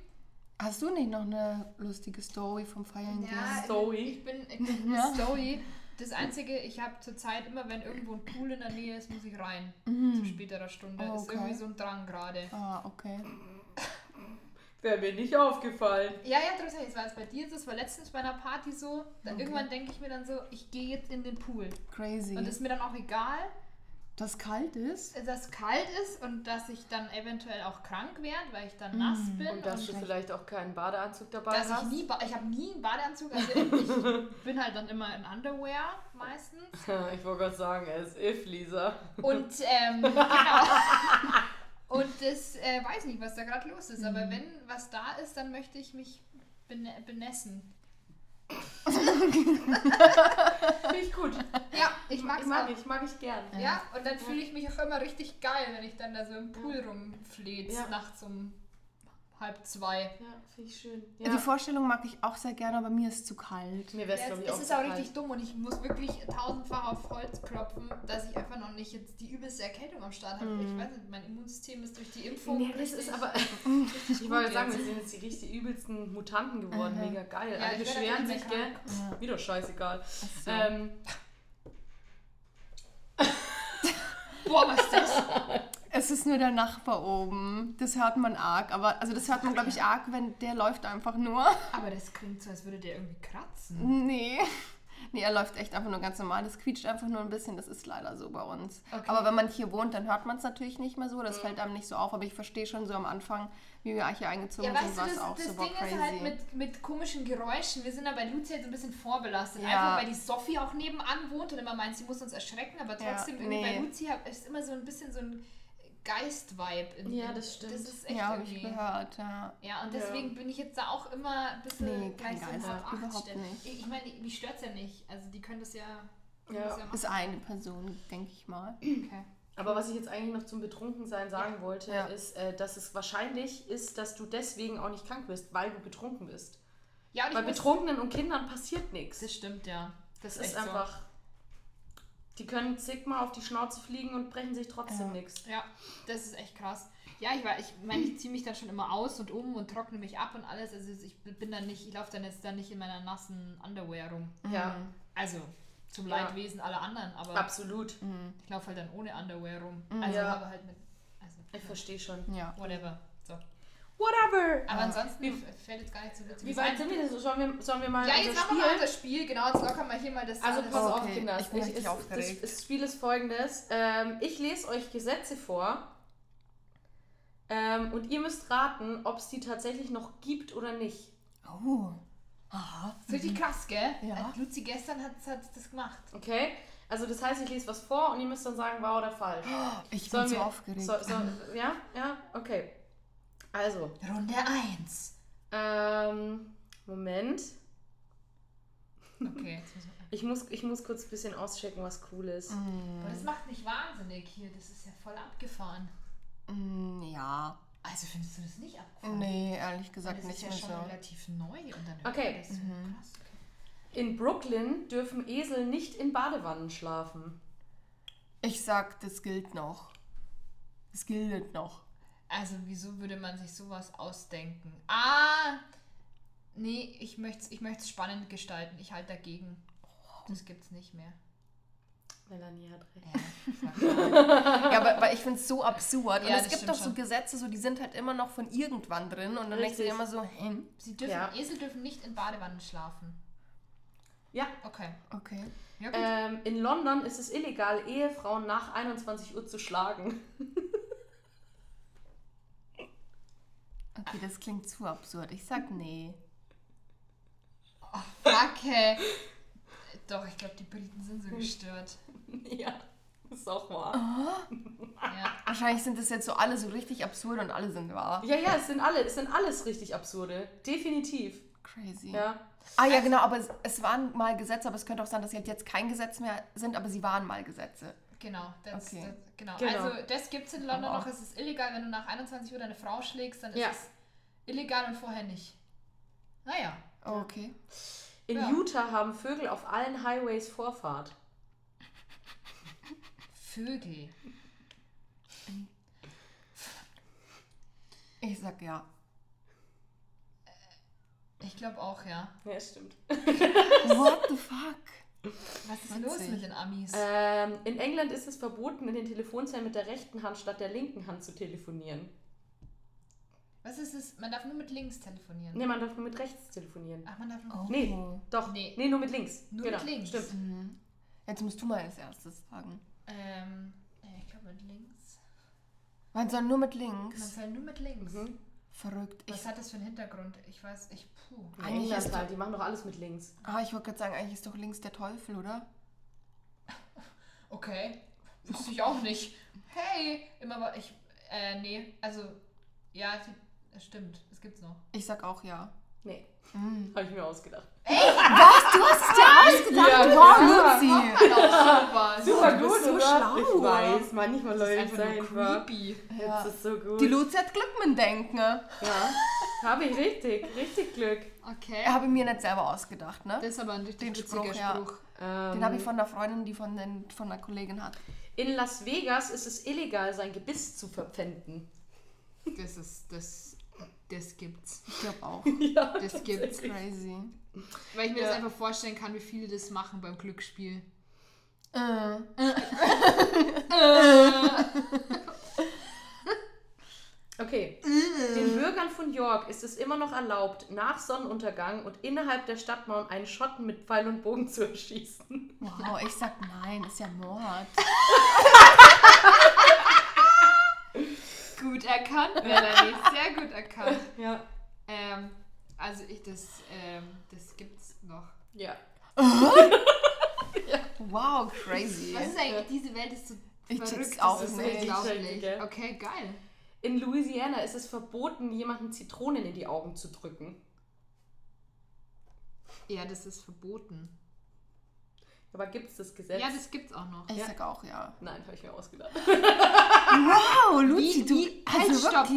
[SPEAKER 3] Hast du nicht noch eine lustige Story vom Feiern
[SPEAKER 2] Ja,
[SPEAKER 1] Story.
[SPEAKER 2] ich bin, ich bin
[SPEAKER 3] Ja.
[SPEAKER 2] Story. Das Einzige, ich habe zurzeit immer, wenn irgendwo ein Pool in der Nähe ist, muss ich rein. Zu späterer Stunde.
[SPEAKER 3] Oh,
[SPEAKER 2] Ist irgendwie
[SPEAKER 3] okay.
[SPEAKER 2] so ein Drang gerade.
[SPEAKER 3] Ah, okay.
[SPEAKER 1] Wäre mir nicht aufgefallen.
[SPEAKER 2] Ja, ja, trotzdem, jetzt war es bei dir so, es war letztens bei einer Party so. Da Irgendwann denke ich mir dann so, ich gehe jetzt in den Pool.
[SPEAKER 3] Crazy.
[SPEAKER 2] Und ist mir dann auch egal,
[SPEAKER 3] das kalt ist?
[SPEAKER 2] dass es kalt ist und dass ich dann eventuell auch krank werde, weil ich dann nass bin.
[SPEAKER 1] Und dass du vielleicht auch keinen Badeanzug dabei
[SPEAKER 2] dass ich
[SPEAKER 1] hast.
[SPEAKER 2] nie, ba- ich habe nie einen Badeanzug, also ich bin halt dann immer in Underwear meistens.
[SPEAKER 1] ich wollte gerade sagen, er ist if, Lisa.
[SPEAKER 2] Und ähm, genau. Und das äh, weiß nicht, was da gerade los ist, aber wenn was da ist, dann möchte ich mich bene- benässen.
[SPEAKER 1] Finde ich gut.
[SPEAKER 2] Ja, ich mag's auch.
[SPEAKER 1] ich, mag ich gern.
[SPEAKER 2] Ja, und dann fühle ich mich auch immer richtig geil, wenn ich dann da so im Pool rumfleht,
[SPEAKER 1] Ja.
[SPEAKER 2] nachts um halb zwei.
[SPEAKER 1] Ja, finde ich schön. Ja.
[SPEAKER 3] Die Vorstellung mag ich auch sehr gerne, aber mir ist zu kalt.
[SPEAKER 1] Mir wär's,
[SPEAKER 2] Ja,
[SPEAKER 1] glaub ich,
[SPEAKER 2] es
[SPEAKER 1] auch
[SPEAKER 2] es ist auch
[SPEAKER 1] zu
[SPEAKER 2] richtig
[SPEAKER 1] kalt.
[SPEAKER 2] dumm und ich muss wirklich tausendfach auf Holz klopfen, dass ich einfach noch nicht jetzt die übelste Erkältung am Start habe. Ich weiß nicht, mein Immunsystem ist durch die Impfung.
[SPEAKER 1] Mhm. Nee, das
[SPEAKER 2] richtig-
[SPEAKER 1] ist aber. ich wollte
[SPEAKER 2] gut
[SPEAKER 1] sagen,
[SPEAKER 2] jetzt.
[SPEAKER 1] wir sind jetzt die richtig übelsten Mutanten geworden. Mega geil.
[SPEAKER 2] Ja,
[SPEAKER 1] Alle
[SPEAKER 2] ich werd
[SPEAKER 1] beschweren
[SPEAKER 2] einfach
[SPEAKER 1] sich,
[SPEAKER 2] nicht mehr
[SPEAKER 1] gell? Wieder scheißegal. Ähm,
[SPEAKER 2] Boah, was ist das?
[SPEAKER 3] Es ist nur der Nachbar oben. Das hört man arg, aber also das hört man, glaube ich, arg, wenn der läuft einfach nur.
[SPEAKER 2] aber das klingt so, als würde der irgendwie kratzen.
[SPEAKER 3] Nee. Nee, er läuft echt einfach nur ganz normal. Das quietscht einfach nur ein bisschen. Das ist leider so bei uns.
[SPEAKER 2] Okay. Mhm.
[SPEAKER 3] Aber wenn man hier wohnt, dann hört man es natürlich nicht mehr so. Das fällt einem nicht so auf. Aber ich verstehe schon so am Anfang, wie wir hier eingezogen
[SPEAKER 2] Ja,
[SPEAKER 3] sind,
[SPEAKER 2] weißt du,
[SPEAKER 3] war
[SPEAKER 2] das,
[SPEAKER 3] es auch
[SPEAKER 2] das
[SPEAKER 3] so boah,
[SPEAKER 2] Ding
[SPEAKER 3] crazy.
[SPEAKER 2] ist halt mit, mit komischen Geräuschen. Wir sind da bei Lucia jetzt ein bisschen vorbelastet.
[SPEAKER 3] Ja.
[SPEAKER 2] Einfach weil die Sophie auch nebenan wohnt und immer meint, sie muss uns erschrecken, aber trotzdem irgendwie
[SPEAKER 3] nee.
[SPEAKER 2] bei Lucia ist immer so ein bisschen so ein Geist-Vibe. in-
[SPEAKER 1] Ja, das stimmt.
[SPEAKER 2] Das ist echt
[SPEAKER 3] ja, habe ich
[SPEAKER 2] irgendwie.
[SPEAKER 3] gehört, ja.
[SPEAKER 2] Ja, und deswegen bin ich jetzt da auch immer ein bisschen
[SPEAKER 3] Nee, kein
[SPEAKER 2] gleich so
[SPEAKER 3] Geist,
[SPEAKER 2] auf Acht
[SPEAKER 3] überhaupt
[SPEAKER 2] stellen.
[SPEAKER 3] nicht.
[SPEAKER 2] Ich, ich meine, mich stört es ja nicht. Also die können das ja, können
[SPEAKER 1] Ja.
[SPEAKER 2] Das ja machen.
[SPEAKER 3] Ist eine Person, denke ich mal.
[SPEAKER 2] Okay.
[SPEAKER 1] Aber was ich jetzt eigentlich noch zum Betrunkensein sagen wollte,
[SPEAKER 3] Ja.
[SPEAKER 1] ist, äh, dass es wahrscheinlich ist, dass du deswegen auch nicht krank bist, weil du betrunken bist.
[SPEAKER 2] Ja, und
[SPEAKER 1] Bei
[SPEAKER 2] ich muss-
[SPEAKER 1] Betrunkenen und Kindern passiert nichts.
[SPEAKER 2] Das stimmt, ja. Das,
[SPEAKER 1] Es
[SPEAKER 2] ist,
[SPEAKER 1] ist
[SPEAKER 2] echt
[SPEAKER 1] einfach. Die können zigmal auf die Schnauze fliegen und brechen sich trotzdem
[SPEAKER 3] Ja.
[SPEAKER 1] nichts.
[SPEAKER 2] So. Ja, das ist echt krass. Ja, ich war, ich meine, ich ziehe mich dann schon immer aus und um und trockne mich ab und alles. Also ich bin dann nicht, ich laufe dann jetzt dann nicht in meiner nassen Underwear rum.
[SPEAKER 1] Ja,
[SPEAKER 2] Also zum
[SPEAKER 1] Ja.
[SPEAKER 2] Leidwesen aller anderen, aber
[SPEAKER 1] absolut.
[SPEAKER 3] Mm,
[SPEAKER 2] ich laufe halt dann ohne Underwear rum. Also
[SPEAKER 1] Mhm. Ja.
[SPEAKER 2] aber halt mit, also
[SPEAKER 1] Ich verstehe schon.
[SPEAKER 3] Ja.
[SPEAKER 2] whatever. So.
[SPEAKER 1] Whatever.
[SPEAKER 2] Aber ansonsten fällt jetzt gar nicht so witzig
[SPEAKER 1] Wie weit sind wir denn? So, Sollen wir, sollen wir mal
[SPEAKER 2] Ja,
[SPEAKER 1] unser
[SPEAKER 2] jetzt machen wir mal das Also Spiel. Genau, jetzt lockern wir hier mal das
[SPEAKER 1] Also
[SPEAKER 2] alles
[SPEAKER 1] pass
[SPEAKER 3] Oh,
[SPEAKER 1] auf,
[SPEAKER 3] okay.
[SPEAKER 1] Kinder.
[SPEAKER 3] Ich bin richtig
[SPEAKER 1] ist,
[SPEAKER 3] aufgeregt.
[SPEAKER 1] Das, das Spiel ist folgendes. Ähm, ich lese euch Gesetze vor. Ähm, und ihr müsst raten, ob es die tatsächlich noch gibt oder nicht.
[SPEAKER 3] Oh. Aha.
[SPEAKER 2] Das ist richtig krass, gell?
[SPEAKER 3] Ja.
[SPEAKER 2] Äh, Luzi gestern hat, hat das gemacht.
[SPEAKER 1] Okay? Also das heißt, ich lese was vor und ihr müsst dann sagen, wahr oder falsch.
[SPEAKER 3] Ich bin
[SPEAKER 1] Sollen
[SPEAKER 3] so
[SPEAKER 1] wir-
[SPEAKER 3] aufgeregt.
[SPEAKER 1] So, so, ja, ja, okay. Also,
[SPEAKER 2] Runde 1.
[SPEAKER 1] ähm, Moment.
[SPEAKER 2] Okay, jetzt muss man.
[SPEAKER 1] Ich muss, ich muss kurz ein bisschen auschecken, was cool ist.
[SPEAKER 3] Mhm.
[SPEAKER 2] Aber das macht mich wahnsinnig hier. Das ist ja voll abgefahren.
[SPEAKER 3] Mm, ja.
[SPEAKER 2] Also findest du das nicht abgefahren?
[SPEAKER 3] Nee, ehrlich gesagt
[SPEAKER 2] das
[SPEAKER 3] Oh, nicht
[SPEAKER 2] ist ja
[SPEAKER 3] mehr
[SPEAKER 2] schon
[SPEAKER 3] so. Mhm.
[SPEAKER 2] relativ neu und dann
[SPEAKER 1] Okay.
[SPEAKER 2] das so krass.
[SPEAKER 1] In Brooklyn dürfen Esel nicht in Badewannen schlafen.
[SPEAKER 3] Ich sag, das gilt noch. Das gilt noch.
[SPEAKER 2] Also wieso würde man sich sowas ausdenken? Ah! Nee, ich möchte es ich möcht's spannend gestalten. Ich halte dagegen. Das gibt's nicht mehr.
[SPEAKER 1] Melanie hat recht.
[SPEAKER 3] Ja, aber weil ich finde es so absurd. Und
[SPEAKER 2] Ja,
[SPEAKER 3] es
[SPEAKER 2] das
[SPEAKER 3] gibt
[SPEAKER 2] stimmt
[SPEAKER 3] doch so
[SPEAKER 2] schon.
[SPEAKER 3] Gesetze, so, die sind halt immer noch von irgendwann drin. Und dann denkst du dir
[SPEAKER 1] Richtig.
[SPEAKER 3] immer so, hm,
[SPEAKER 2] Sie dürfen,
[SPEAKER 1] Ja.
[SPEAKER 2] Esel dürfen nicht in Badewannen schlafen.
[SPEAKER 1] Ja.
[SPEAKER 2] Okay.
[SPEAKER 3] okay.
[SPEAKER 2] Ja, gut.
[SPEAKER 1] Ähm, in London ist es illegal, Ehefrauen nach 21 Uhr zu schlagen.
[SPEAKER 3] Okay, das klingt zu absurd. Ich sag nee.
[SPEAKER 2] Kacke. Doch, ich glaube, die Briten sind
[SPEAKER 3] Hm.
[SPEAKER 2] so gestört.
[SPEAKER 1] ja, ist auch wahr.
[SPEAKER 2] Ja.
[SPEAKER 3] Wahrscheinlich sind das jetzt so alle so richtig absurd und alle sind wahr.
[SPEAKER 1] Ja, ja, es sind alle, es sind alles richtig absurde. Definitiv.
[SPEAKER 3] Crazy.
[SPEAKER 1] Ja.
[SPEAKER 3] Ah ja, genau, aber es, es waren mal Gesetze, aber es könnte auch sein, dass sie halt jetzt kein Gesetz mehr sind, aber sie waren mal Gesetze.
[SPEAKER 2] Genau, das,
[SPEAKER 3] Okay.
[SPEAKER 2] das, genau.
[SPEAKER 1] Genau.
[SPEAKER 2] Also das gibt es in London
[SPEAKER 3] Aber
[SPEAKER 2] noch.
[SPEAKER 3] auch-
[SPEAKER 2] Es ist illegal, wenn du nach 21 Uhr deine Frau schlägst, dann ist
[SPEAKER 1] Ja.
[SPEAKER 2] es illegal und vorher nicht. Naja.
[SPEAKER 3] Oh, okay.
[SPEAKER 1] In
[SPEAKER 2] Ja.
[SPEAKER 1] Utah haben Vögel auf allen Highways Vorfahrt.
[SPEAKER 2] Vögel.
[SPEAKER 3] Ich sag ja.
[SPEAKER 2] Ich glaube auch, ja.
[SPEAKER 1] Ja, stimmt.
[SPEAKER 3] What the fuck?
[SPEAKER 2] Was ist los
[SPEAKER 3] Witzig.
[SPEAKER 2] mit den Amis?
[SPEAKER 1] Ähm, in England ist es verboten, in den Telefonzellen mit der rechten Hand statt der linken Hand zu telefonieren.
[SPEAKER 2] Was ist es? Man darf nur mit links telefonieren.
[SPEAKER 1] Nee, man darf nur mit rechts telefonieren.
[SPEAKER 2] Ach, man darf nur.
[SPEAKER 3] Oh.
[SPEAKER 1] Nee, doch.
[SPEAKER 2] Nee.
[SPEAKER 1] Nee. nur mit links. Genau,
[SPEAKER 2] Nur mit links.
[SPEAKER 1] Stimmt.
[SPEAKER 3] Mhm. Jetzt musst du mal als erstes sagen.
[SPEAKER 2] Ähm, ich glaube mit links.
[SPEAKER 3] Man soll nur mit
[SPEAKER 2] Man
[SPEAKER 3] links.
[SPEAKER 2] soll nur mit links.
[SPEAKER 1] Mhm.
[SPEAKER 3] Genau. Verrückt. Ich,
[SPEAKER 2] Was hat das für einen Hintergrund? Ich weiß, ich. Puh.
[SPEAKER 1] In
[SPEAKER 3] Eigentlich
[SPEAKER 1] England
[SPEAKER 3] ist-
[SPEAKER 1] halt, die machen doch alles mit links.
[SPEAKER 3] ah, ich wollte gerade sagen, eigentlich ist doch links der Teufel, oder?
[SPEAKER 2] Okay. Wusste ich auch nicht. Hey! Immer war ich. Äh, nee. Also, ja, die- es stimmt. Es gibt's noch.
[SPEAKER 3] Ich sag auch ja.
[SPEAKER 1] Nee,
[SPEAKER 3] Mhm.
[SPEAKER 1] habe ich mir ausgedacht.
[SPEAKER 3] Was? Du hast es dir ausgedacht?
[SPEAKER 1] Ja,
[SPEAKER 3] wow, Luzi.
[SPEAKER 2] Genau, Super!
[SPEAKER 1] Super
[SPEAKER 3] du bist
[SPEAKER 1] gut,
[SPEAKER 3] so
[SPEAKER 1] oder?
[SPEAKER 3] schlau.
[SPEAKER 1] Ich weiß, manchmal
[SPEAKER 2] Das ist
[SPEAKER 1] läuft es
[SPEAKER 2] einfach nur
[SPEAKER 1] einfach.
[SPEAKER 2] creepy.
[SPEAKER 1] Jetzt ist so gut.
[SPEAKER 3] Die Luzi hat Glück mit dem Denken. ne?
[SPEAKER 1] Ja, habe ich richtig, richtig Glück.
[SPEAKER 2] Okay.
[SPEAKER 3] Habe ich mir nicht selber ausgedacht, ne?
[SPEAKER 2] Das ist aber ein richtig
[SPEAKER 3] Den
[SPEAKER 2] witziger
[SPEAKER 3] Spruch,
[SPEAKER 2] Spruch.
[SPEAKER 3] ja.
[SPEAKER 1] Ähm,
[SPEAKER 3] Den habe ich von einer Freundin, die von, den, von einer Kollegin hat.
[SPEAKER 1] in Las Vegas ist es illegal, sein Gebiss zu verpfänden.
[SPEAKER 2] Das ist. Das. Das gibt's.
[SPEAKER 3] Ich glaube auch.
[SPEAKER 1] Ja,
[SPEAKER 2] Das gibt's.
[SPEAKER 3] Crazy.
[SPEAKER 2] Weil ich mir
[SPEAKER 1] Ja.
[SPEAKER 2] das einfach vorstellen kann, wie viele das machen beim Glücksspiel.
[SPEAKER 3] Äh.
[SPEAKER 1] Okay. Den Bürgern von York ist es immer noch erlaubt, nach Sonnenuntergang und innerhalb der Stadtmauern einen Schotten mit Pfeil und Bogen zu erschießen.
[SPEAKER 3] Wow, ich sag nein, ist ja Mord.
[SPEAKER 2] Gut erkannt, Melanie. Sehr gut erkannt.
[SPEAKER 1] Ja.
[SPEAKER 2] Ähm, also ich, das, ähm, das gibt's noch.
[SPEAKER 1] Ja.
[SPEAKER 3] Wow, crazy.
[SPEAKER 2] Was ist eigentlich, diese Welt ist so
[SPEAKER 3] Ich check's
[SPEAKER 2] verrückt,
[SPEAKER 3] auch
[SPEAKER 2] das ist so
[SPEAKER 3] nicht.
[SPEAKER 1] Ich
[SPEAKER 2] unglaublich.
[SPEAKER 1] check, gell?
[SPEAKER 2] Okay, geil.
[SPEAKER 1] In Louisiana ist es verboten, jemanden Zitronen in die Augen zu drücken.
[SPEAKER 2] Ja, das ist verboten.
[SPEAKER 1] Aber gibt es das Gesetz?
[SPEAKER 2] Ja, das gibt's auch noch.
[SPEAKER 3] Ich
[SPEAKER 1] Ja.
[SPEAKER 3] sag auch ja.
[SPEAKER 1] Nein, habe ich mir ausgedacht.
[SPEAKER 3] Wow, Luzi, also
[SPEAKER 2] wie, halt, stopp. Halt,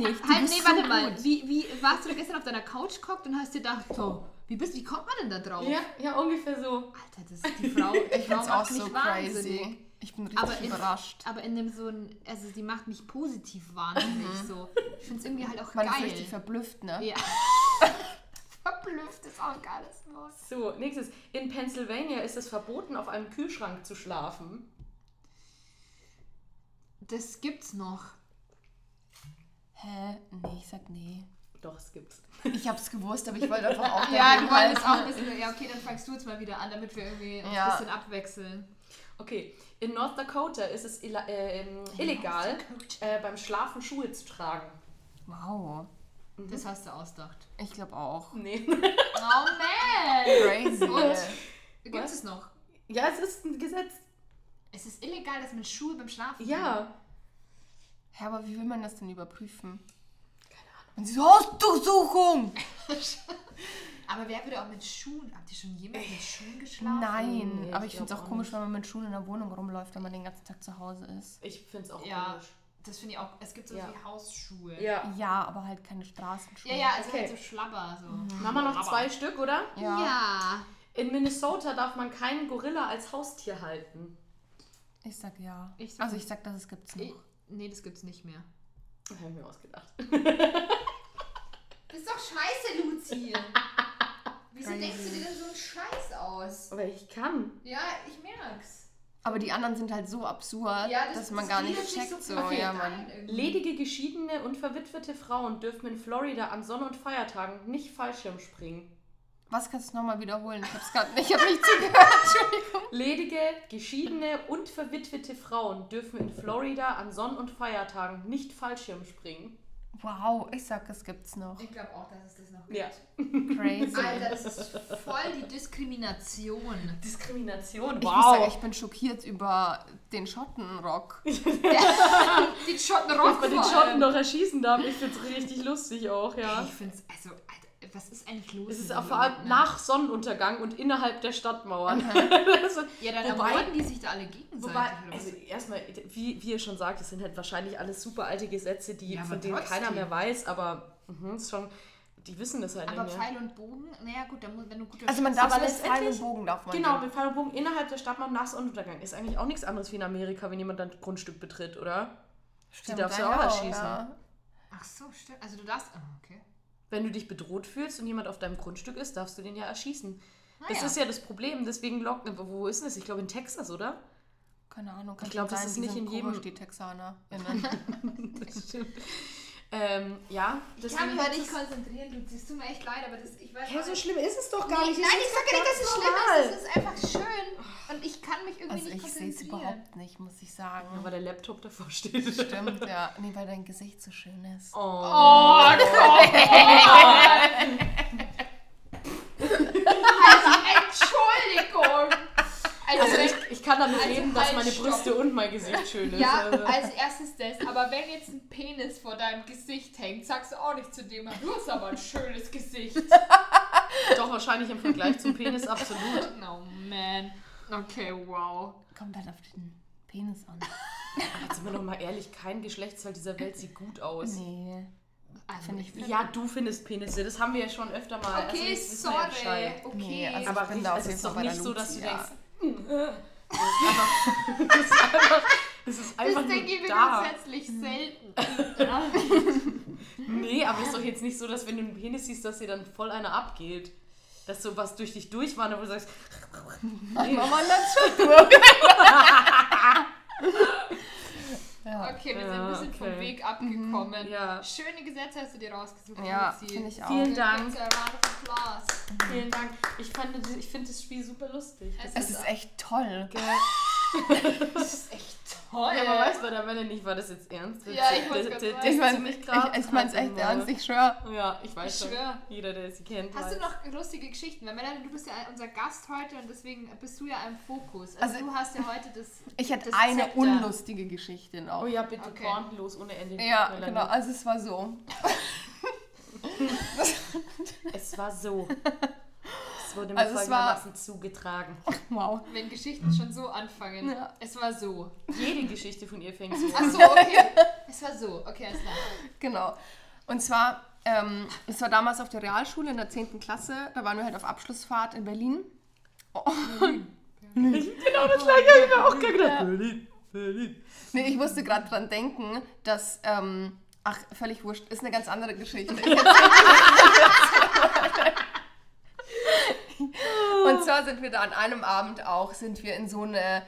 [SPEAKER 2] nee, warte mal. Wie, wie, warst du da gestern auf deiner Couch gekocht und hast dir gedacht, so, wie, bist, wie kommt man denn da drauf?
[SPEAKER 1] Ja, ja, ungefähr so.
[SPEAKER 2] Alter, das ist die Frau, die
[SPEAKER 3] Ich
[SPEAKER 2] Frau
[SPEAKER 3] find's
[SPEAKER 2] macht
[SPEAKER 3] auch
[SPEAKER 2] mich
[SPEAKER 3] so
[SPEAKER 2] wahnsinnig.
[SPEAKER 3] crazy. Ich bin richtig
[SPEAKER 2] Aber in,
[SPEAKER 3] überrascht.
[SPEAKER 2] aber in dem so ein, also die macht mich positiv wahnsinnig
[SPEAKER 3] Mhm.
[SPEAKER 2] so. Ich find's irgendwie halt auch
[SPEAKER 3] Man ist
[SPEAKER 2] geil.
[SPEAKER 3] richtig verblüfft, ne?
[SPEAKER 2] Ja. Verblüfft ist auch ein geiles Wort.
[SPEAKER 1] So, nächstes. In Pennsylvania ist es verboten, auf einem Kühlschrank zu schlafen.
[SPEAKER 2] Das gibt's noch.
[SPEAKER 3] Hä? Nee, ich sag nee.
[SPEAKER 1] Doch, es gibt's.
[SPEAKER 3] Ich hab's gewusst, aber ich wollte einfach auch
[SPEAKER 2] Ja,
[SPEAKER 3] dagegen
[SPEAKER 2] du wolltest auch
[SPEAKER 3] halten.
[SPEAKER 2] ein bisschen. Ja, okay, dann fangst du jetzt mal wieder an, damit wir irgendwie
[SPEAKER 3] Ja.
[SPEAKER 2] ein bisschen abwechseln.
[SPEAKER 1] Okay, in North Dakota ist es illa- äh, ähm, illegal, äh, beim Schlafen Schuhe zu tragen.
[SPEAKER 3] Wow.
[SPEAKER 1] Mhm.
[SPEAKER 2] Das hast du ausgedacht.
[SPEAKER 3] Ich glaube auch.
[SPEAKER 1] Nee.
[SPEAKER 2] Oh man!
[SPEAKER 3] Crazy.
[SPEAKER 2] Gibt es noch?
[SPEAKER 1] Ja, es ist ein Gesetz.
[SPEAKER 2] Es ist illegal, dass man Schuhe beim Schlafen
[SPEAKER 1] Ja.
[SPEAKER 3] Hä, aber wie will man das denn überprüfen? Keine Ahnung. Diese Hausdurchsuchung!
[SPEAKER 2] Aber wer würde auch mit Schuhen? Habt ihr schon jemals mit Schuhen geschlafen?
[SPEAKER 3] Nein,
[SPEAKER 1] Nee,
[SPEAKER 3] aber
[SPEAKER 1] ich
[SPEAKER 3] ich finde es
[SPEAKER 1] glaub
[SPEAKER 3] auch
[SPEAKER 1] auch
[SPEAKER 3] komisch,
[SPEAKER 1] nicht.
[SPEAKER 3] wenn man mit Schuhen in der Wohnung rumläuft, wenn man den ganzen Tag zu Hause ist.
[SPEAKER 1] Ich find's auch
[SPEAKER 2] Ja,
[SPEAKER 1] komisch.
[SPEAKER 2] das finde ich auch. Es gibt so
[SPEAKER 1] Ja.
[SPEAKER 2] wie Hausschuhe.
[SPEAKER 1] Ja.
[SPEAKER 3] Ja, aber halt keine Straßenschuhe.
[SPEAKER 2] ja, ja, also
[SPEAKER 1] Okay.
[SPEAKER 2] halt so Schlabber. So.
[SPEAKER 1] Machen wir noch
[SPEAKER 2] Schlabber.
[SPEAKER 1] zwei Stück, oder?
[SPEAKER 3] Ja.
[SPEAKER 2] ja.
[SPEAKER 1] In Minnesota darf man keinen Gorilla als Haustier halten.
[SPEAKER 3] Ich sag ja.
[SPEAKER 2] Ich sag-
[SPEAKER 3] also ich sag, dass es gibt's noch.
[SPEAKER 2] Ich, nee, das gibt's nicht mehr.
[SPEAKER 1] Das hab ich mir ausgedacht.
[SPEAKER 2] Das ist doch scheiße, Luzi. Wieso
[SPEAKER 3] Crazy.
[SPEAKER 2] denkst du dir denn so einen Scheiß aus?
[SPEAKER 1] Aber ich kann.
[SPEAKER 2] Ja, ich merk's.
[SPEAKER 3] Aber die anderen sind halt so absurd,
[SPEAKER 2] Ja,
[SPEAKER 3] dass man gar nicht
[SPEAKER 2] gliedert sich
[SPEAKER 3] checkt. So,
[SPEAKER 2] perfekt
[SPEAKER 3] ja,
[SPEAKER 2] ein
[SPEAKER 3] Mann.
[SPEAKER 2] irgendwie.
[SPEAKER 1] Ledige, geschiedene und verwitwete Frauen dürfen in Florida an Sonn- und Feiertagen nicht Fallschirm springen.
[SPEAKER 3] Was kannst du nochmal wiederholen? Ich hab's gerade nicht, ich hab nicht zugehört. Entschuldigung.
[SPEAKER 1] Ledige, geschiedene und verwitwete Frauen dürfen in Florida an Sonn- und Feiertagen nicht Fallschirm springen.
[SPEAKER 3] Wow, ich sag, es gibt's noch.
[SPEAKER 2] Ich glaube auch, dass es das noch gibt.
[SPEAKER 1] Ja.
[SPEAKER 3] Crazy.
[SPEAKER 2] Alter, das ist voll die Diskrimination.
[SPEAKER 1] Diskrimination,
[SPEAKER 3] Ich muss sagen, ich bin schockiert über den Schottenrock.
[SPEAKER 2] Den Schotten
[SPEAKER 1] Dass
[SPEAKER 2] Rock
[SPEAKER 1] man Oh den
[SPEAKER 2] vor
[SPEAKER 1] Schotten
[SPEAKER 2] allem.
[SPEAKER 1] noch erschießen darf. Ich find's richtig lustig auch, ja.
[SPEAKER 2] Ich find's, also, Alter, was ist eigentlich los?
[SPEAKER 1] Es ist
[SPEAKER 2] mit
[SPEAKER 1] auch
[SPEAKER 2] den
[SPEAKER 1] vor allem
[SPEAKER 2] Leuten, ne?
[SPEAKER 1] nach Sonnenuntergang und innerhalb der Stadtmauern. Das ist-
[SPEAKER 2] Ja, dann
[SPEAKER 1] Wobei-
[SPEAKER 2] ermorden die sich da alle gegenseitig.
[SPEAKER 1] Wobei,
[SPEAKER 2] oder was?
[SPEAKER 1] also erstmal, wie, wie ihr schon sagt, das sind halt wahrscheinlich alles super alte Gesetze, die,
[SPEAKER 2] Ja, aber
[SPEAKER 1] von denen
[SPEAKER 2] trotzdem.
[SPEAKER 1] keiner mehr weiß, aber mhm, ist schon, die wissen das halt
[SPEAKER 2] aber
[SPEAKER 1] nicht mehr.
[SPEAKER 2] Pfeil und Bogen, naja gut, dann, muss- wenn du guter
[SPEAKER 3] Also man
[SPEAKER 2] Schütze
[SPEAKER 3] darf
[SPEAKER 1] Aber
[SPEAKER 3] alles Pfeil und
[SPEAKER 1] letztendlich-
[SPEAKER 3] Bogen darf man
[SPEAKER 1] Genau,
[SPEAKER 3] nehmen.
[SPEAKER 1] mit Pfeil und Bogen innerhalb der Stadt nach Sonnenuntergang ist eigentlich auch nichts anderes wie in Amerika, wenn jemand dein Grundstück betritt, oder?
[SPEAKER 3] Stimmt,
[SPEAKER 1] darfst du
[SPEAKER 3] ja,
[SPEAKER 1] auch erschießen.
[SPEAKER 3] ja.
[SPEAKER 2] bist. Ach so, stimmt. Also du darfst. ah, okay.
[SPEAKER 1] Wenn du dich bedroht fühlst und jemand auf deinem Grundstück ist, darfst du den ja erschießen. das
[SPEAKER 2] ja.
[SPEAKER 1] ist ja das Problem, deswegen lockt, wo ist denn das? Ich glaube in Texas, oder?
[SPEAKER 3] Keine Ahnung. kann
[SPEAKER 1] Ich glaub,
[SPEAKER 3] schon
[SPEAKER 1] das
[SPEAKER 3] sein,
[SPEAKER 1] ist
[SPEAKER 3] die
[SPEAKER 1] nicht
[SPEAKER 3] sind
[SPEAKER 1] in jedem-
[SPEAKER 3] komisch, die TexanerInnen.
[SPEAKER 1] Das stimmt. ähm, ja,
[SPEAKER 2] Ich kann
[SPEAKER 1] deswegen
[SPEAKER 2] mich
[SPEAKER 1] ist
[SPEAKER 2] nicht
[SPEAKER 1] es-
[SPEAKER 2] konzentrieren, du siehst du mir echt leid, aber das, ich weiß
[SPEAKER 1] Ja,
[SPEAKER 2] auch
[SPEAKER 1] so
[SPEAKER 2] nicht.
[SPEAKER 1] schlimm ist es doch
[SPEAKER 2] Nee,
[SPEAKER 1] gar
[SPEAKER 2] nein,
[SPEAKER 1] nicht.
[SPEAKER 2] ich
[SPEAKER 1] Es ist
[SPEAKER 2] sag
[SPEAKER 1] doch
[SPEAKER 2] ja nicht, dass
[SPEAKER 1] ganz
[SPEAKER 2] es schlimm
[SPEAKER 1] normal.
[SPEAKER 2] ist, es ist einfach schön. Und ich kann mich irgendwie
[SPEAKER 3] Also
[SPEAKER 2] nicht
[SPEAKER 3] ich sehe es
[SPEAKER 2] konzentrieren.
[SPEAKER 3] überhaupt nicht, muss ich sagen.
[SPEAKER 1] Aber der Laptop davor steht.
[SPEAKER 3] Stimmt, ja. Nee, weil dein Gesicht so schön ist.
[SPEAKER 1] Oh.
[SPEAKER 2] Entschuldigung! Also,
[SPEAKER 1] Also ich,
[SPEAKER 2] wenn-
[SPEAKER 1] ich kann damit
[SPEAKER 2] Also
[SPEAKER 1] leben, dass
[SPEAKER 2] halt,
[SPEAKER 1] meine
[SPEAKER 2] stopp.
[SPEAKER 1] Brüste und mein Gesicht schön ist.
[SPEAKER 2] ja,
[SPEAKER 1] also.
[SPEAKER 2] als erstes das, aber wenn jetzt ein Penis vor deinem Gesicht hängt, sagst du auch nicht zu dem, du hast aber ein schönes Gesicht.
[SPEAKER 1] Doch wahrscheinlich im Vergleich zum Penis absolut.
[SPEAKER 2] Oh man. Okay, wow.
[SPEAKER 3] Kommt halt auf den Penis an.
[SPEAKER 1] Jetzt sind wir doch mal ehrlich, kein Geschlechtsteil dieser Welt sieht gut aus.
[SPEAKER 3] Nee.
[SPEAKER 2] Also,
[SPEAKER 3] Finde ich-
[SPEAKER 1] Ja, du findest Penisse, das haben wir ja schon öfter mal.
[SPEAKER 2] Okay,
[SPEAKER 1] also, das wissen wir ja
[SPEAKER 2] sorry.
[SPEAKER 1] Bescheid.
[SPEAKER 2] Okay.
[SPEAKER 3] Nee, also-
[SPEAKER 1] Aber
[SPEAKER 3] Ich bin
[SPEAKER 1] richtig,
[SPEAKER 3] da auf
[SPEAKER 1] es
[SPEAKER 3] jeden
[SPEAKER 1] ist
[SPEAKER 3] Fall
[SPEAKER 1] doch
[SPEAKER 3] bei der
[SPEAKER 1] nicht so, dass du
[SPEAKER 3] Luzi, ja.
[SPEAKER 1] denkst, "Mm, äh." das ist einfach, das ist
[SPEAKER 2] das
[SPEAKER 1] also einfach
[SPEAKER 2] denke ich
[SPEAKER 1] nur
[SPEAKER 2] mir
[SPEAKER 1] da. Mhm.
[SPEAKER 2] grundsätzlich selten.
[SPEAKER 1] Nee, aber es ist doch jetzt nicht so, dass wenn du einen Penis siehst, dass dir dann voll einer abgeht. Dass so was durch dich durchwandert, wo du sagst, nee,
[SPEAKER 3] Mama natürlich. ja,
[SPEAKER 2] Okay, wir sind
[SPEAKER 1] Ja,
[SPEAKER 2] ein bisschen vom
[SPEAKER 1] okay. Mhm.
[SPEAKER 2] Weg abgekommen.
[SPEAKER 1] Ja.
[SPEAKER 2] Schöne Gesetze hast du dir rausgesucht.
[SPEAKER 3] ja
[SPEAKER 2] Luzi.
[SPEAKER 3] finde ich auch.
[SPEAKER 1] Vielen Dank.
[SPEAKER 2] Gibt's ja äh, round of applause.
[SPEAKER 1] Vielen Dank. Ich, fand das- ich finde das Spiel super lustig.
[SPEAKER 3] Es ist echt toll.
[SPEAKER 2] toll.
[SPEAKER 1] Ja, man weiß bei der Welle nicht, war das jetzt ernst?
[SPEAKER 2] Äh. Ja, ich wollte
[SPEAKER 1] Das- das-
[SPEAKER 2] grad sagen.
[SPEAKER 1] das
[SPEAKER 3] Ich
[SPEAKER 1] ist
[SPEAKER 3] meine,
[SPEAKER 1] ziemlich
[SPEAKER 3] ich,
[SPEAKER 1] grad.
[SPEAKER 3] ich meine es echt ernst, ich schwöre.
[SPEAKER 1] Ja, ich weiß
[SPEAKER 2] Ich
[SPEAKER 1] schon.
[SPEAKER 2] schwör.
[SPEAKER 1] Jeder, der sie kennt,
[SPEAKER 2] Hast
[SPEAKER 1] weiß.
[SPEAKER 2] du noch lustige Geschichten? Weil Melanie, du bist ja unser Gast heute und deswegen bist du ja im Fokus. Also,
[SPEAKER 3] Also-
[SPEAKER 2] du hast ja heute das.
[SPEAKER 3] Ich hätte
[SPEAKER 2] das
[SPEAKER 3] eine
[SPEAKER 2] Zepter.
[SPEAKER 3] unlustige Geschichte noch.
[SPEAKER 1] Oh ja, bitte
[SPEAKER 2] Okay.
[SPEAKER 1] pornlos ohne Ende.
[SPEAKER 3] Ja,
[SPEAKER 1] Melanie.
[SPEAKER 3] genau. Also es war so.
[SPEAKER 1] Es war so. Es wurde mir
[SPEAKER 3] Also es war-
[SPEAKER 1] folgendermaßen zugetragen.
[SPEAKER 3] Wow.
[SPEAKER 2] Wenn Geschichten schon so anfangen.
[SPEAKER 3] Ja.
[SPEAKER 2] Es war so.
[SPEAKER 1] Jede Geschichte von ihr fängt so an.
[SPEAKER 2] Ach so, okay. es war so. Okay, alles klar.
[SPEAKER 3] Genau. Und zwar, ähm, es war damals auf der Realschule in der 10. Klasse, da waren wir halt auf Abschlussfahrt in Berlin. Oh.
[SPEAKER 1] Genau das gleiche habe ich mir auch gedacht. Berlin, Berlin.
[SPEAKER 3] Nee, ich musste gerade dran denken, dass, ähm, ach, völlig wurscht, ist eine ganz andere Geschichte. Ich erzähl- Und zwar sind wir da an einem Abend auch, sind wir in so eine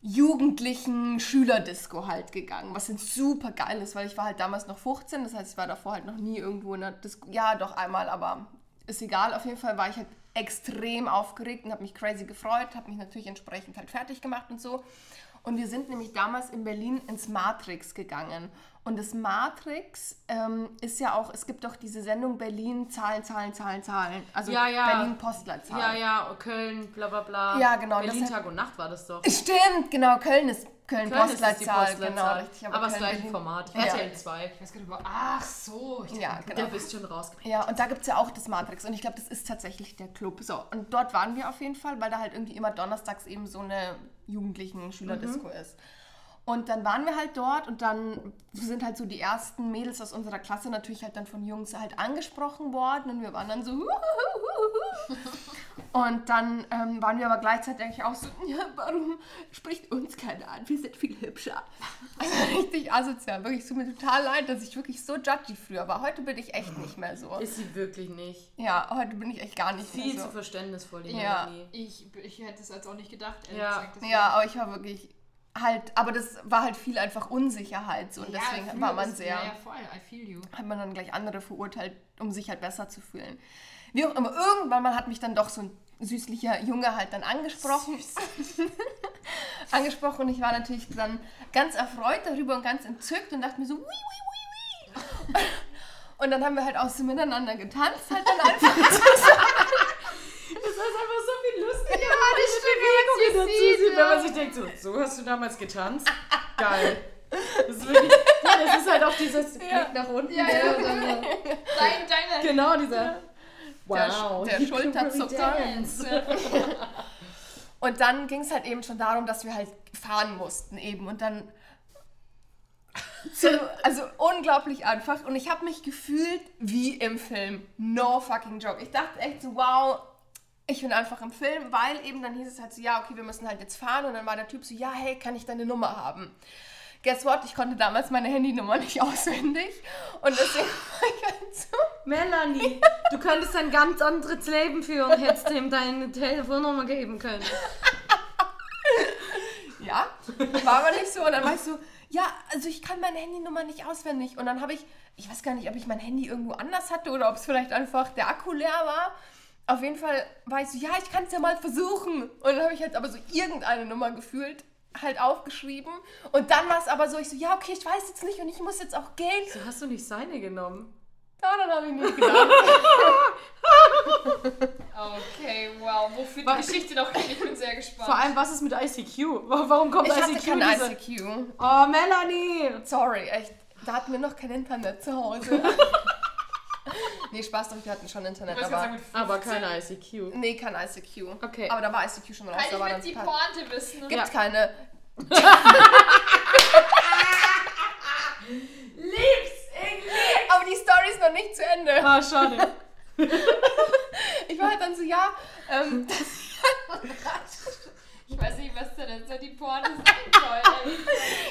[SPEAKER 3] jugendlichen Schülerdisco halt gegangen, was jetzt super geil ist, weil ich war halt damals noch 15, das heißt, ich war davor halt noch nie irgendwo in einer Disco. Ja, doch einmal, aber ist egal. Auf jeden Fall war ich halt extrem aufgeregt und habe mich crazy gefreut, habe mich natürlich entsprechend halt fertig gemacht und so. Und wir sind nämlich damals in Berlin ins Matrix gegangen. Und das Matrix ähm, ist ja auch, es gibt doch diese Sendung Berlin, Zahlen, Zahlen, Zahlen, Zahlen. Also
[SPEAKER 1] Ja, ja.
[SPEAKER 3] Berlin Postleitzahl.
[SPEAKER 1] Ja, ja, oh, Köln, bla bla bla.
[SPEAKER 3] Ja, genau,
[SPEAKER 1] Berlin
[SPEAKER 3] das hat-
[SPEAKER 1] Tag und Nacht war das doch.
[SPEAKER 3] Stimmt, genau, Köln ist Köln,
[SPEAKER 1] Köln ist es die
[SPEAKER 3] Postleitzahl, genau.
[SPEAKER 1] Postleitzahl.
[SPEAKER 3] Richtig,
[SPEAKER 1] aber das
[SPEAKER 3] Köln-
[SPEAKER 1] gleiche Format.
[SPEAKER 3] Ja.
[SPEAKER 1] RTL 2.
[SPEAKER 2] Ich weiß gar nicht, wo. Ach so. Ich
[SPEAKER 3] Ja,
[SPEAKER 1] Du
[SPEAKER 3] genau.
[SPEAKER 1] bist schon rausgekommen.
[SPEAKER 3] Ja, und da gibt es ja auch das Matrix und ich glaube, das ist tatsächlich der Club. So, und dort waren wir auf jeden Fall, weil da halt irgendwie immer donnerstags eben so eine jugendlichen Schülerdisco
[SPEAKER 1] Mhm.
[SPEAKER 3] ist. Und dann waren wir halt dort und dann sind halt so die ersten Mädels aus unserer Klasse natürlich halt dann von Jungs halt angesprochen worden und wir waren dann so. "Huhuhuhu." Und dann ähm, waren wir aber gleichzeitig eigentlich auch so, ja, warum spricht uns keiner an? Wir sind viel hübscher. Also richtig asozial. Wirklich, es tut mir total leid, dass ich wirklich so judgy früher war. Heute bin ich echt nicht mehr so.
[SPEAKER 1] Ist sie wirklich nicht.
[SPEAKER 3] Ja, heute bin ich echt gar nicht
[SPEAKER 1] Viel
[SPEAKER 3] mehr
[SPEAKER 1] zu
[SPEAKER 3] so.
[SPEAKER 1] verständnisvoll, die
[SPEAKER 3] Also Ja.
[SPEAKER 1] Melanie.
[SPEAKER 2] Ich, ich hätte es jetzt auch nicht gedacht, ehrlich
[SPEAKER 1] Ja.
[SPEAKER 2] gesagt. dass
[SPEAKER 3] Ja, aber ich war wirklich halt, aber das war halt viel einfach Unsicherheit so und
[SPEAKER 2] Ja,
[SPEAKER 3] deswegen
[SPEAKER 2] ich fühl
[SPEAKER 3] war man
[SPEAKER 2] das-
[SPEAKER 3] sehr.
[SPEAKER 2] Ja, ja, voll. I feel you.
[SPEAKER 3] hat man dann gleich andere verurteilt, um sich halt besser zu fühlen. Wie auch immer, irgendwann mal hat mich dann doch so ein süßlicher Junge halt dann angesprochen. angesprochen und ich war natürlich dann ganz erfreut darüber und ganz entzückt und dachte mir so, wie, wie, wie, wie. Und dann haben wir halt auch so miteinander getanzt, halt dann einfach.
[SPEAKER 1] Das ist einfach so viel lustiger.
[SPEAKER 3] ja, das
[SPEAKER 1] Bewegungen dazu sind,
[SPEAKER 3] Bewegungen
[SPEAKER 1] wenn man sich denkt, so, so hast du damals getanzt? Geil. Das ist wirklich, ja, das ist halt auch dieses Blick nach unten.
[SPEAKER 2] Ja, ja, deine, deine, deine
[SPEAKER 1] Genau, dieser
[SPEAKER 3] Der-
[SPEAKER 1] Wow.
[SPEAKER 3] der
[SPEAKER 1] you can
[SPEAKER 3] Schulterzucker.
[SPEAKER 1] really dance.
[SPEAKER 3] Und dann ging es halt eben schon darum, dass wir halt fahren mussten eben. Und dann. Zu, also unglaublich einfach. Und ich habe mich gefühlt wie im Film. No fucking joke. Ich dachte echt so, wow, ich bin einfach im Film, weil eben dann hieß es halt so, ja, okay, wir müssen halt jetzt fahren. Und dann war der Typ so, ja, hey, kann ich deine Nummer haben? Guess what? Ich konnte damals meine Handynummer nicht auswendig. Und deswegen war ich halt so.
[SPEAKER 1] Melanie, du könntest ein ganz anderes Leben führen, hättest ihm deine Telefonnummer geben können.
[SPEAKER 3] Ja, war aber nicht so. Und dann war ich so, ja, also ich kann meine Handynummer nicht auswendig. Und dann habe ich, ich weiß gar nicht, ob ich mein Handy irgendwo anders hatte oder ob es vielleicht einfach der Akku leer war. Auf jeden Fall war ich so, ja, ich kann es ja mal versuchen. Und dann habe ich halt aber so irgendeine Nummer gefühlt halt aufgeschrieben. Und dann war es aber so, ich so, ja, okay, ich weiß jetzt nicht und ich muss jetzt auch gehen.
[SPEAKER 1] So hast du nicht seine genommen.
[SPEAKER 3] Ja, dann habe ich nicht gedacht.
[SPEAKER 2] Okay, wow. Wofür die
[SPEAKER 1] Was-
[SPEAKER 2] Geschichte noch geht, ich bin sehr gespannt.
[SPEAKER 1] Vor allem, was ist mit ICQ? Wa- Warum kommt
[SPEAKER 3] Ich
[SPEAKER 1] ICQ?
[SPEAKER 3] hatte kein
[SPEAKER 1] diese-
[SPEAKER 3] ICQ.
[SPEAKER 1] Oh, Melanie!
[SPEAKER 3] Sorry, echt. Da hatten wir noch kein Internet zu Hause. nee, Spaß doch, wir hatten schon Internet.
[SPEAKER 2] ich wollte
[SPEAKER 3] aber
[SPEAKER 2] gerade sagen,
[SPEAKER 1] Aber kein ICQ.
[SPEAKER 3] Nee, kein ICQ.
[SPEAKER 1] Okay.
[SPEAKER 3] Aber da war ICQ schon raus.
[SPEAKER 2] kann
[SPEAKER 3] da war
[SPEAKER 2] ich
[SPEAKER 3] dann
[SPEAKER 2] mit die
[SPEAKER 3] pa-
[SPEAKER 2] Pointe wissen?
[SPEAKER 3] Gibt
[SPEAKER 1] Ja.
[SPEAKER 3] keine.
[SPEAKER 2] Lieb's, ich lieb's.
[SPEAKER 3] Aber die Story ist noch nicht zu Ende.
[SPEAKER 1] Ah, schade.
[SPEAKER 3] Ich war halt dann so, ja, ähm,
[SPEAKER 2] Ich weiß nicht, was da denn so die Pointe sein soll. ey.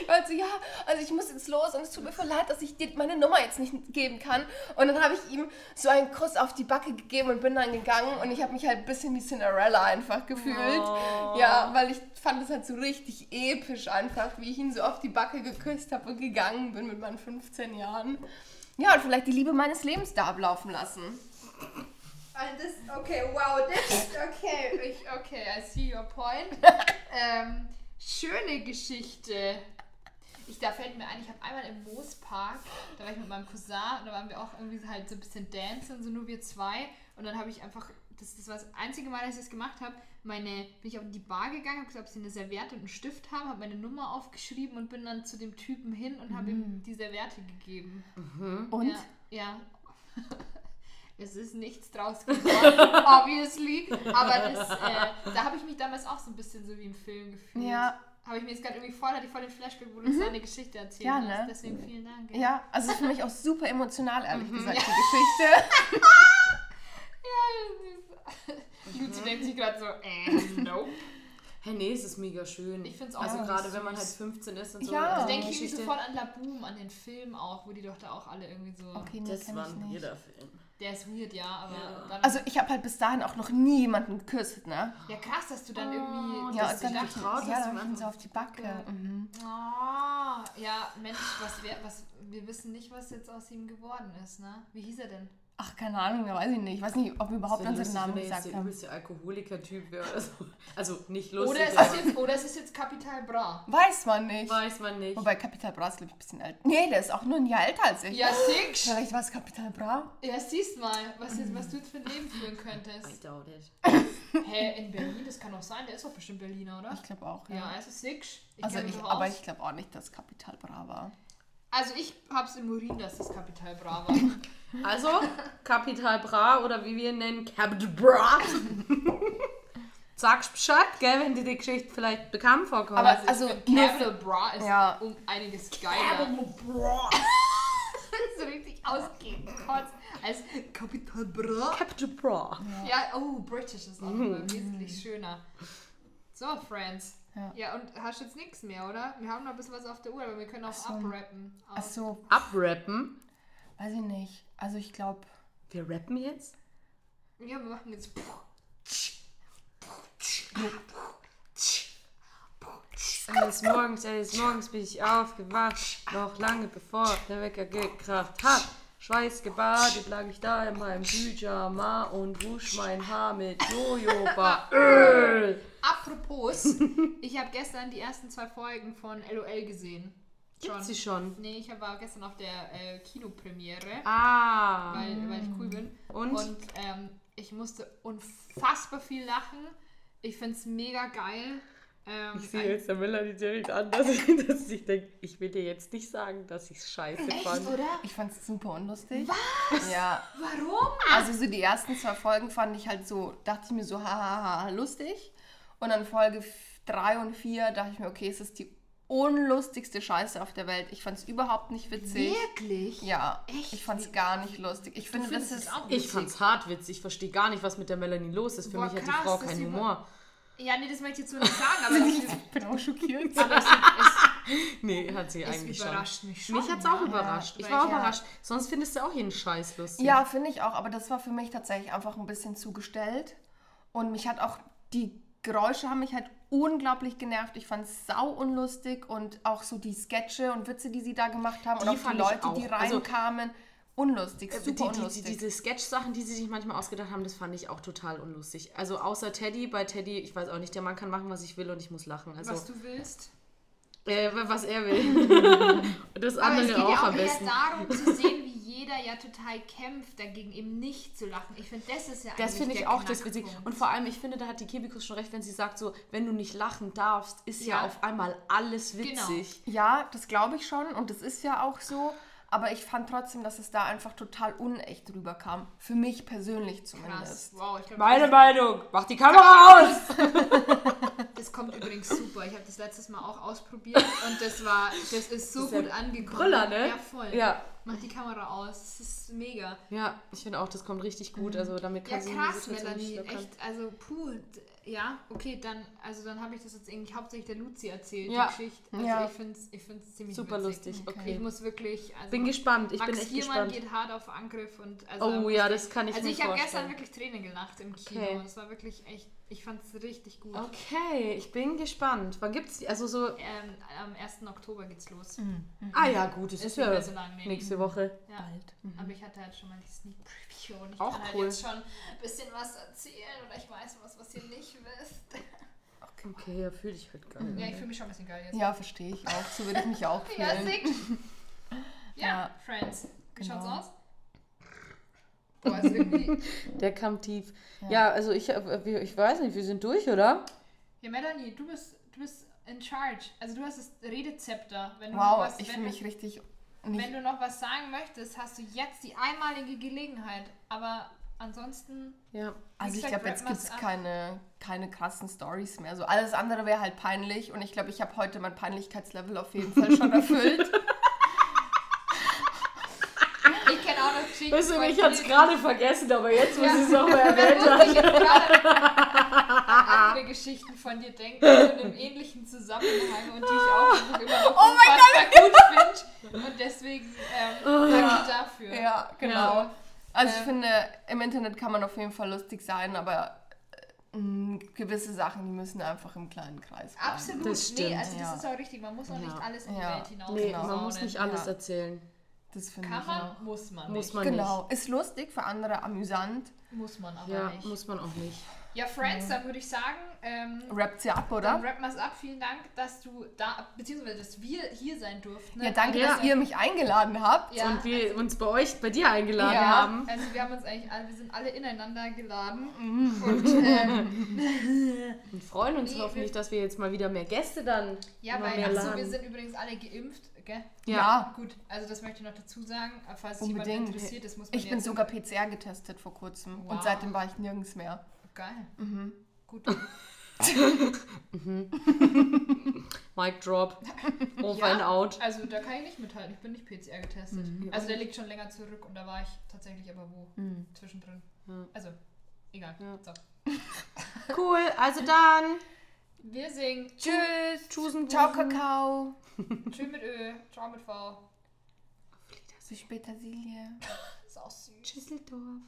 [SPEAKER 3] ich war halt so, ja, also ich muss jetzt los und es tut mir voll leid, dass ich dir meine Nummer jetzt nicht geben kann. Und dann habe ich ihm so einen Kuss auf die Backe gegeben und bin dann gegangen und ich habe mich halt ein bisschen wie Cinderella einfach gefühlt.
[SPEAKER 1] Oh.
[SPEAKER 3] Ja, weil ich fand es halt so richtig episch einfach, wie ich ihn so auf die Backe geküsst habe und gegangen bin mit meinen 15 Jahren. Ja, und vielleicht die Liebe meines Lebens da ablaufen lassen.
[SPEAKER 2] Ah, das- okay, wow, das ist okay. Ich, okay, I see your point. ähm, schöne Geschichte. Ich, da fällt mir ein, ich habe einmal im Moospark, da war ich mit meinem Cousin und da waren wir auch irgendwie halt so ein bisschen dancen, so nur wir zwei. Und dann habe ich einfach, das, das war das einzige Mal, dass ich das gemacht habe, meine, bin ich auf die Bar gegangen, habe gesagt, ob sie eine Serviette und einen Stift haben, habe meine Nummer aufgeschrieben und bin dann zu dem Typen hin und habe ihm die Serviette gegeben.
[SPEAKER 3] Mhm. Und?
[SPEAKER 2] Ja, ja. Es ist nichts draus geworden, obviously. Aber das, äh, da habe ich mich damals auch so ein bisschen so wie im Film gefühlt.
[SPEAKER 3] Ja.
[SPEAKER 2] Habe ich mir jetzt gerade irgendwie voll, hatte ich voll den Flashback, wo du mhm. deine Geschichte erzählt
[SPEAKER 3] Ja,
[SPEAKER 2] hast.
[SPEAKER 3] ne?
[SPEAKER 2] Deswegen vielen Dank. ey.
[SPEAKER 3] Ja, also ist für mich auch super emotional, ehrlich gesagt, die Geschichte.
[SPEAKER 2] Luzi denkt sich gerade so, äh, nope.
[SPEAKER 1] Hey, nee, es ist mega schön.
[SPEAKER 2] Ich find's auch
[SPEAKER 1] Also
[SPEAKER 2] süß.
[SPEAKER 1] gerade, wenn man halt 15 ist und so.
[SPEAKER 3] Ja.
[SPEAKER 1] also
[SPEAKER 3] Ich
[SPEAKER 1] die
[SPEAKER 2] Denke ich irgendwie
[SPEAKER 1] Geschichte-
[SPEAKER 2] sofort an La Boom, an den Film auch, wo die doch da auch alle irgendwie so.
[SPEAKER 1] Das war ein Bilderfilm.
[SPEAKER 2] Der ist weird, ja, aber dann.
[SPEAKER 3] Also ich habe halt bis dahin auch noch nie jemanden geküsst, ne?
[SPEAKER 2] ja, krass, dass du dann irgendwie.
[SPEAKER 3] Ja,
[SPEAKER 2] dass
[SPEAKER 3] und
[SPEAKER 2] du
[SPEAKER 3] dann
[SPEAKER 2] dachtest,
[SPEAKER 1] getraut
[SPEAKER 3] ja,
[SPEAKER 1] hast
[SPEAKER 3] dann
[SPEAKER 1] du
[SPEAKER 3] ging
[SPEAKER 1] einfach.
[SPEAKER 3] so auf die Backe. Mhm.
[SPEAKER 2] Ah, ja, Mensch, was wär, was, wir wissen nicht, was jetzt aus ihm geworden ist, ne? Wie hieß er denn?
[SPEAKER 3] Ach, keine Ahnung, ja, weiß ich nicht. Ich weiß nicht, ob wir überhaupt
[SPEAKER 1] Wär
[SPEAKER 3] unseren
[SPEAKER 1] lustig,
[SPEAKER 3] Namen
[SPEAKER 1] wenn er jetzt
[SPEAKER 3] gesagt
[SPEAKER 1] Also der
[SPEAKER 3] haben.
[SPEAKER 1] übelste Alkoholiker-Typ wäre oder so. Also nicht lustig,
[SPEAKER 2] Oder ist es
[SPEAKER 1] aber
[SPEAKER 2] jetzt, oder ist es jetzt Capital Bra?
[SPEAKER 3] Weiß man nicht.
[SPEAKER 1] weiß man nicht.
[SPEAKER 3] Wobei Capital Bra ist, glaube ich, ein bisschen alt. Nee, der ist auch nur ein Jahr älter als ich.
[SPEAKER 2] Ja, singst.
[SPEAKER 3] Vielleicht war es Capital Bra.
[SPEAKER 2] Ja, siehst mal, was, jetzt, was du jetzt für ein Leben führen könntest.
[SPEAKER 1] I doubt it.
[SPEAKER 2] Hä, in Berlin, das kann auch sein, der ist doch bestimmt Berliner, oder?
[SPEAKER 3] Ich glaube auch, ja.
[SPEAKER 2] Ja, also singst. Ich
[SPEAKER 3] also
[SPEAKER 2] kenn mich
[SPEAKER 3] ich,
[SPEAKER 2] doch
[SPEAKER 3] aber
[SPEAKER 2] aus.
[SPEAKER 3] ich glaube auch nicht, dass Capital Bra war.
[SPEAKER 2] Also ich hab's im Urin, dass das Kapital Bra war.
[SPEAKER 1] Also, Kapital Bra oder wie wir ihn nennen, Capital Bra. Sagst Bescheid, gell, wenn dir die Geschichte vielleicht bekannt vorkommt.
[SPEAKER 3] Aber also, nur,
[SPEAKER 2] Capital Bra ist
[SPEAKER 3] Ja.
[SPEAKER 2] um einiges geiler. so richtig ausgekotzt als Capital Bra.
[SPEAKER 1] Capital Bra.
[SPEAKER 2] Ja, oh, British ist auch
[SPEAKER 3] Mhm.
[SPEAKER 2] immer wesentlich schöner. So, Friends.
[SPEAKER 3] Ja.
[SPEAKER 2] Ja. und hast jetzt nichts mehr, oder? Wir haben noch ein bisschen was auf der Uhr, aber wir können auch abrappen.
[SPEAKER 3] ach so,
[SPEAKER 1] Abrappen.
[SPEAKER 3] weiß ich nicht. Also ich glaube,
[SPEAKER 1] Wir rappen jetzt?
[SPEAKER 2] Ja, wir machen jetzt.
[SPEAKER 1] Eines Morgens, eines Morgens bin ich aufgewacht, noch lange bevor der Wecker gekracht hat. Schweißgebadet lag ich da in meinem Pyjama und wusch mein Haar mit Jojobaöl.
[SPEAKER 2] Apropos, ich habe gestern die ersten zwei Folgen von LOL gesehen.
[SPEAKER 1] Gibt sie schon?
[SPEAKER 2] Nee, ich war gestern auf der äh, Kinopremiere,
[SPEAKER 1] Ah.
[SPEAKER 2] weil, weil ich cool bin.
[SPEAKER 1] Und?
[SPEAKER 2] Und ähm, ich musste unfassbar viel lachen. Ich find's mega geil. Ähm,
[SPEAKER 1] Ich sehe jetzt der Melanie direkt an, dass ich, dass ich denke, ich will dir jetzt nicht sagen, dass ich es scheiße
[SPEAKER 2] Echt,
[SPEAKER 1] fand.
[SPEAKER 2] oder?
[SPEAKER 3] ich fand es super unlustig. Was? Ja.
[SPEAKER 2] Warum?
[SPEAKER 1] Ah,
[SPEAKER 3] Also so die ersten zwei Folgen fand ich halt so, dachte ich mir so, hahaha, lustig. Und dann Folge 3 und 4 dachte ich mir, okay, es ist die unlustigste Scheiße auf der Welt. Ich fand es überhaupt nicht witzig.
[SPEAKER 2] Wirklich?
[SPEAKER 3] Ja,
[SPEAKER 2] Echt?
[SPEAKER 3] ich fand es gar nicht lustig. Ich finde, das ist...
[SPEAKER 1] Ich fand's hart witzig. Ich verstehe gar nicht, was mit der Melanie los ist. Für
[SPEAKER 2] Boah,
[SPEAKER 1] mich hat
[SPEAKER 2] krass,
[SPEAKER 1] die Frau
[SPEAKER 2] das
[SPEAKER 1] keinen
[SPEAKER 2] über-
[SPEAKER 1] Humor.
[SPEAKER 2] Ja, nee, das möchte ich jetzt so nicht sagen, aber es, ist-
[SPEAKER 3] Ich bin auch schockiert.
[SPEAKER 2] aber es,
[SPEAKER 1] Nee, hat sie
[SPEAKER 2] es,
[SPEAKER 1] eigentlich
[SPEAKER 2] es
[SPEAKER 1] schon.
[SPEAKER 2] überrascht mich schon.
[SPEAKER 1] Mich hat's auch
[SPEAKER 2] ja.
[SPEAKER 1] überrascht. Ich
[SPEAKER 2] weil
[SPEAKER 1] war
[SPEAKER 2] ich-
[SPEAKER 1] überrascht. Sonst findest du auch jeden Scheiß lustig.
[SPEAKER 3] Ja, finde ich auch. Aber das war für mich tatsächlich einfach ein bisschen zugestellt. Und mich hat auch, die Geräusche haben mich halt unglaublich genervt. Ich fand es sau unlustig und auch so die Sketche und Witze, die sie da gemacht haben
[SPEAKER 1] Die
[SPEAKER 3] und auch die
[SPEAKER 1] fand ich
[SPEAKER 3] Leute, die
[SPEAKER 1] auch. Also- Äh,
[SPEAKER 3] reinkamen. unlustig,
[SPEAKER 1] Die,
[SPEAKER 3] super
[SPEAKER 1] die, die,
[SPEAKER 3] unlustig.
[SPEAKER 1] diese Sketch-Sachen, die sie sich manchmal ausgedacht haben, das fand ich auch total unlustig. Also außer Teddy, bei Teddy, ich weiß auch nicht, der Mann kann machen, was ich will und ich muss lachen. Also
[SPEAKER 2] Was
[SPEAKER 1] was,
[SPEAKER 2] du willst.
[SPEAKER 1] äh, was er will. das
[SPEAKER 2] Aber es
[SPEAKER 1] andere
[SPEAKER 2] geht ja
[SPEAKER 1] auch,
[SPEAKER 2] auch
[SPEAKER 1] am
[SPEAKER 2] eher
[SPEAKER 1] besten.
[SPEAKER 2] darum zu sehen, wie jeder ja total kämpft, dagegen eben nicht zu lachen. Ich finde, das ist ja
[SPEAKER 1] Das
[SPEAKER 2] eigentlich
[SPEAKER 1] finde ich
[SPEAKER 2] der
[SPEAKER 1] auch das Witzige.
[SPEAKER 2] Knackpunkt.
[SPEAKER 1] Und vor allem, ich finde, da hat die Kibikus schon recht, wenn sie sagt, so, wenn du nicht lachen darfst, ist ja,
[SPEAKER 2] Ja. Genau.
[SPEAKER 1] auf einmal alles witzig.
[SPEAKER 3] Ja, das glaube ich schon und das ist ja auch so. Aber ich fand trotzdem, dass es da einfach total unecht rüberkam. Für mich persönlich
[SPEAKER 2] Krass.
[SPEAKER 3] zumindest.
[SPEAKER 2] Wow, ich glaube,
[SPEAKER 1] Also Meinung, mach die Kamera aus!
[SPEAKER 2] Das kommt übrigens super. Ich habe das letztes Mal auch ausprobiert und das war, das ist so
[SPEAKER 1] ist ja
[SPEAKER 2] gut angekommen.
[SPEAKER 1] Brüller, ne?
[SPEAKER 2] Ja, voll.
[SPEAKER 1] Ja.
[SPEAKER 2] Mach die Kamera aus. Das ist mega.
[SPEAKER 1] Ja, ich finde auch, das kommt richtig gut. Also damit
[SPEAKER 2] Mhm. Ja,
[SPEAKER 1] kann sie
[SPEAKER 2] krass,
[SPEAKER 1] die Situation
[SPEAKER 2] Melanie.
[SPEAKER 1] nicht lockern.
[SPEAKER 2] Echt, also puh, d- ja, okay, dann, also dann habe ich das jetzt eigentlich hauptsächlich der Luzi erzählt,
[SPEAKER 1] Ja.
[SPEAKER 2] die Geschichte. Also
[SPEAKER 3] Ja.
[SPEAKER 2] ich finde es ich find's ziemlich
[SPEAKER 1] Super
[SPEAKER 2] witzig.
[SPEAKER 1] lustig, okay.
[SPEAKER 2] Ich muss wirklich, also
[SPEAKER 1] Bin gespannt, ich
[SPEAKER 2] Max
[SPEAKER 1] bin echt
[SPEAKER 2] Giermann
[SPEAKER 1] gespannt.
[SPEAKER 2] geht hart auf Angriff und also da
[SPEAKER 1] Oh
[SPEAKER 2] muss
[SPEAKER 1] ja, das kann ich
[SPEAKER 2] Also
[SPEAKER 1] mir
[SPEAKER 2] ich habe
[SPEAKER 1] vorstellen.
[SPEAKER 2] gestern wirklich Tränen gelacht im Kino.
[SPEAKER 1] Okay.
[SPEAKER 2] Das war wirklich echt, ich fand es richtig gut.
[SPEAKER 1] Okay, ich bin gespannt. Wann gibt's die? Also so.
[SPEAKER 2] Ähm, am 1. Oktober geht's los.
[SPEAKER 1] Ah ja, gut, es
[SPEAKER 2] Ist
[SPEAKER 1] ist
[SPEAKER 2] nicht
[SPEAKER 1] ja
[SPEAKER 2] mehr so lang, nee.
[SPEAKER 1] nächste Woche.
[SPEAKER 2] Ja. Aber ich hatte halt schon mal die Sneak Preview und ich
[SPEAKER 1] Mhm. Auch
[SPEAKER 2] kann
[SPEAKER 1] cool.
[SPEAKER 2] halt jetzt schon ein bisschen was erzählen oder ich weiß was, was ihr nicht wisst.
[SPEAKER 1] Okay, ja, fühle ich halt gar nicht.
[SPEAKER 2] Ja, ich fühle mich schon ein bisschen geil jetzt.
[SPEAKER 3] Ja, verstehe ich auch. So würde ich mich auch fühlen.
[SPEAKER 2] Ja, sick. Ja,
[SPEAKER 3] Ja.
[SPEAKER 2] Friends. Wie schaut's
[SPEAKER 3] Genau.
[SPEAKER 2] aus? Boah, ist irgendwie...
[SPEAKER 1] Der kam tief. Ja, also ich, äh, wir- ich weiß nicht, wir sind durch, oder?
[SPEAKER 2] Ja, Melanie, du bist, du bist in charge. Also du hast das Redezepter. Wenn du noch
[SPEAKER 3] Wow,
[SPEAKER 2] was,
[SPEAKER 3] ich
[SPEAKER 2] wenn
[SPEAKER 3] fühle
[SPEAKER 2] du-
[SPEAKER 3] mich richtig
[SPEAKER 2] Wenn
[SPEAKER 3] nicht.
[SPEAKER 2] du noch was sagen möchtest, hast du jetzt die einmalige Gelegenheit. Aber ansonsten...
[SPEAKER 1] Ja.
[SPEAKER 3] Also ich
[SPEAKER 2] gesagt,
[SPEAKER 3] glaube, jetzt
[SPEAKER 2] wrap
[SPEAKER 3] gibt
[SPEAKER 2] mal's
[SPEAKER 3] es
[SPEAKER 2] ab.
[SPEAKER 3] keine, keine krassen Stories mehr. So alles andere wäre halt peinlich und ich glaube, ich habe heute mein Peinlichkeitslevel auf jeden Fall schon erfüllt.
[SPEAKER 2] Ich kenne auch noch Chicks.
[SPEAKER 1] Weißt du,
[SPEAKER 2] von
[SPEAKER 1] ich hatte es
[SPEAKER 2] dir.
[SPEAKER 1] gerade vergessen, aber jetzt muss
[SPEAKER 2] Ja.
[SPEAKER 1] ich es nochmal erwähnt
[SPEAKER 2] Muss
[SPEAKER 1] haben.
[SPEAKER 2] ich jetzt gerade an andere Geschichten von dir denken, in einem ähnlichen Zusammenhang und die ich auch einfach immer noch
[SPEAKER 1] Oh Oh
[SPEAKER 2] unfassbar gut finde. Und deswegen ähm, danke dafür.
[SPEAKER 3] ja, genau. Also ich finde, im Internet kann man auf jeden Fall lustig sein, aber äh, mh, gewisse Sachen, die müssen einfach im kleinen Kreis bleiben.
[SPEAKER 2] Absolut.
[SPEAKER 1] Das
[SPEAKER 2] nee,
[SPEAKER 1] stimmt.
[SPEAKER 2] also das
[SPEAKER 3] Ja.
[SPEAKER 2] ist auch richtig. Man muss auch nicht
[SPEAKER 1] Ja.
[SPEAKER 2] alles in die
[SPEAKER 3] Ja.
[SPEAKER 2] Welt hinaus.
[SPEAKER 1] Nee,
[SPEAKER 3] Genau.
[SPEAKER 1] man muss nicht alles
[SPEAKER 3] Ja.
[SPEAKER 1] erzählen.
[SPEAKER 3] Das finde
[SPEAKER 2] Kann
[SPEAKER 3] ich
[SPEAKER 2] man,
[SPEAKER 3] auch.
[SPEAKER 2] muss man
[SPEAKER 1] Muss
[SPEAKER 2] nicht.
[SPEAKER 1] man
[SPEAKER 3] Genau. Ist lustig, für andere amüsant.
[SPEAKER 2] Man. Muss man aber
[SPEAKER 1] nicht. Ja,
[SPEAKER 2] nicht.
[SPEAKER 1] muss man auch nicht.
[SPEAKER 2] Ja, Friends, dann würde ich sagen, ähm,
[SPEAKER 3] Rappt sie ab,
[SPEAKER 2] dann
[SPEAKER 3] oder?
[SPEAKER 2] rappen wir es ab. Vielen Dank, dass du da, beziehungsweise dass wir hier sein durften.
[SPEAKER 3] Ja, danke,
[SPEAKER 1] Ja.
[SPEAKER 3] dass ihr mich eingeladen habt.
[SPEAKER 2] Ja,
[SPEAKER 1] Und wir uns bei euch, bei dir eingeladen
[SPEAKER 3] Ja.
[SPEAKER 1] haben.
[SPEAKER 2] Also wir haben uns eigentlich alle, wir sind alle ineinander geladen. Und ähm,
[SPEAKER 1] Und freuen uns
[SPEAKER 2] Nee,
[SPEAKER 1] hoffentlich,
[SPEAKER 2] wir-
[SPEAKER 1] dass wir jetzt mal wieder mehr Gäste dann.
[SPEAKER 2] ja,
[SPEAKER 1] immer
[SPEAKER 2] weil
[SPEAKER 1] mehr
[SPEAKER 2] also,
[SPEAKER 1] laden.
[SPEAKER 2] wir sind übrigens alle geimpft, gell?
[SPEAKER 1] Ja.
[SPEAKER 3] Ja.
[SPEAKER 2] Gut, also das möchte ich noch dazu sagen, falls es jemand
[SPEAKER 3] Unbedingt.
[SPEAKER 2] interessiert, das muss man
[SPEAKER 3] Ich bin
[SPEAKER 2] jetzt-
[SPEAKER 3] sogar PCR getestet vor kurzem
[SPEAKER 2] Wow.
[SPEAKER 3] und seitdem war ich nirgends mehr.
[SPEAKER 2] geil. Gut.
[SPEAKER 1] Mic drop. Over and out.
[SPEAKER 2] Also da kann ich nicht mithalten, ich bin nicht PCR getestet. Also der liegt schon länger zurück und da war ich tatsächlich aber wo zwischendrin. Also egal. So.
[SPEAKER 1] Cool, also dann.
[SPEAKER 2] Wir singen
[SPEAKER 3] Tschüss.
[SPEAKER 1] Tschüssen,
[SPEAKER 3] Ciao,
[SPEAKER 1] Busen.
[SPEAKER 3] Kakao.
[SPEAKER 2] Tschüss mit Ö, Ciao mit V.
[SPEAKER 3] Bis später, Silje.
[SPEAKER 2] Ist auch süß.
[SPEAKER 1] Schüsseldorf.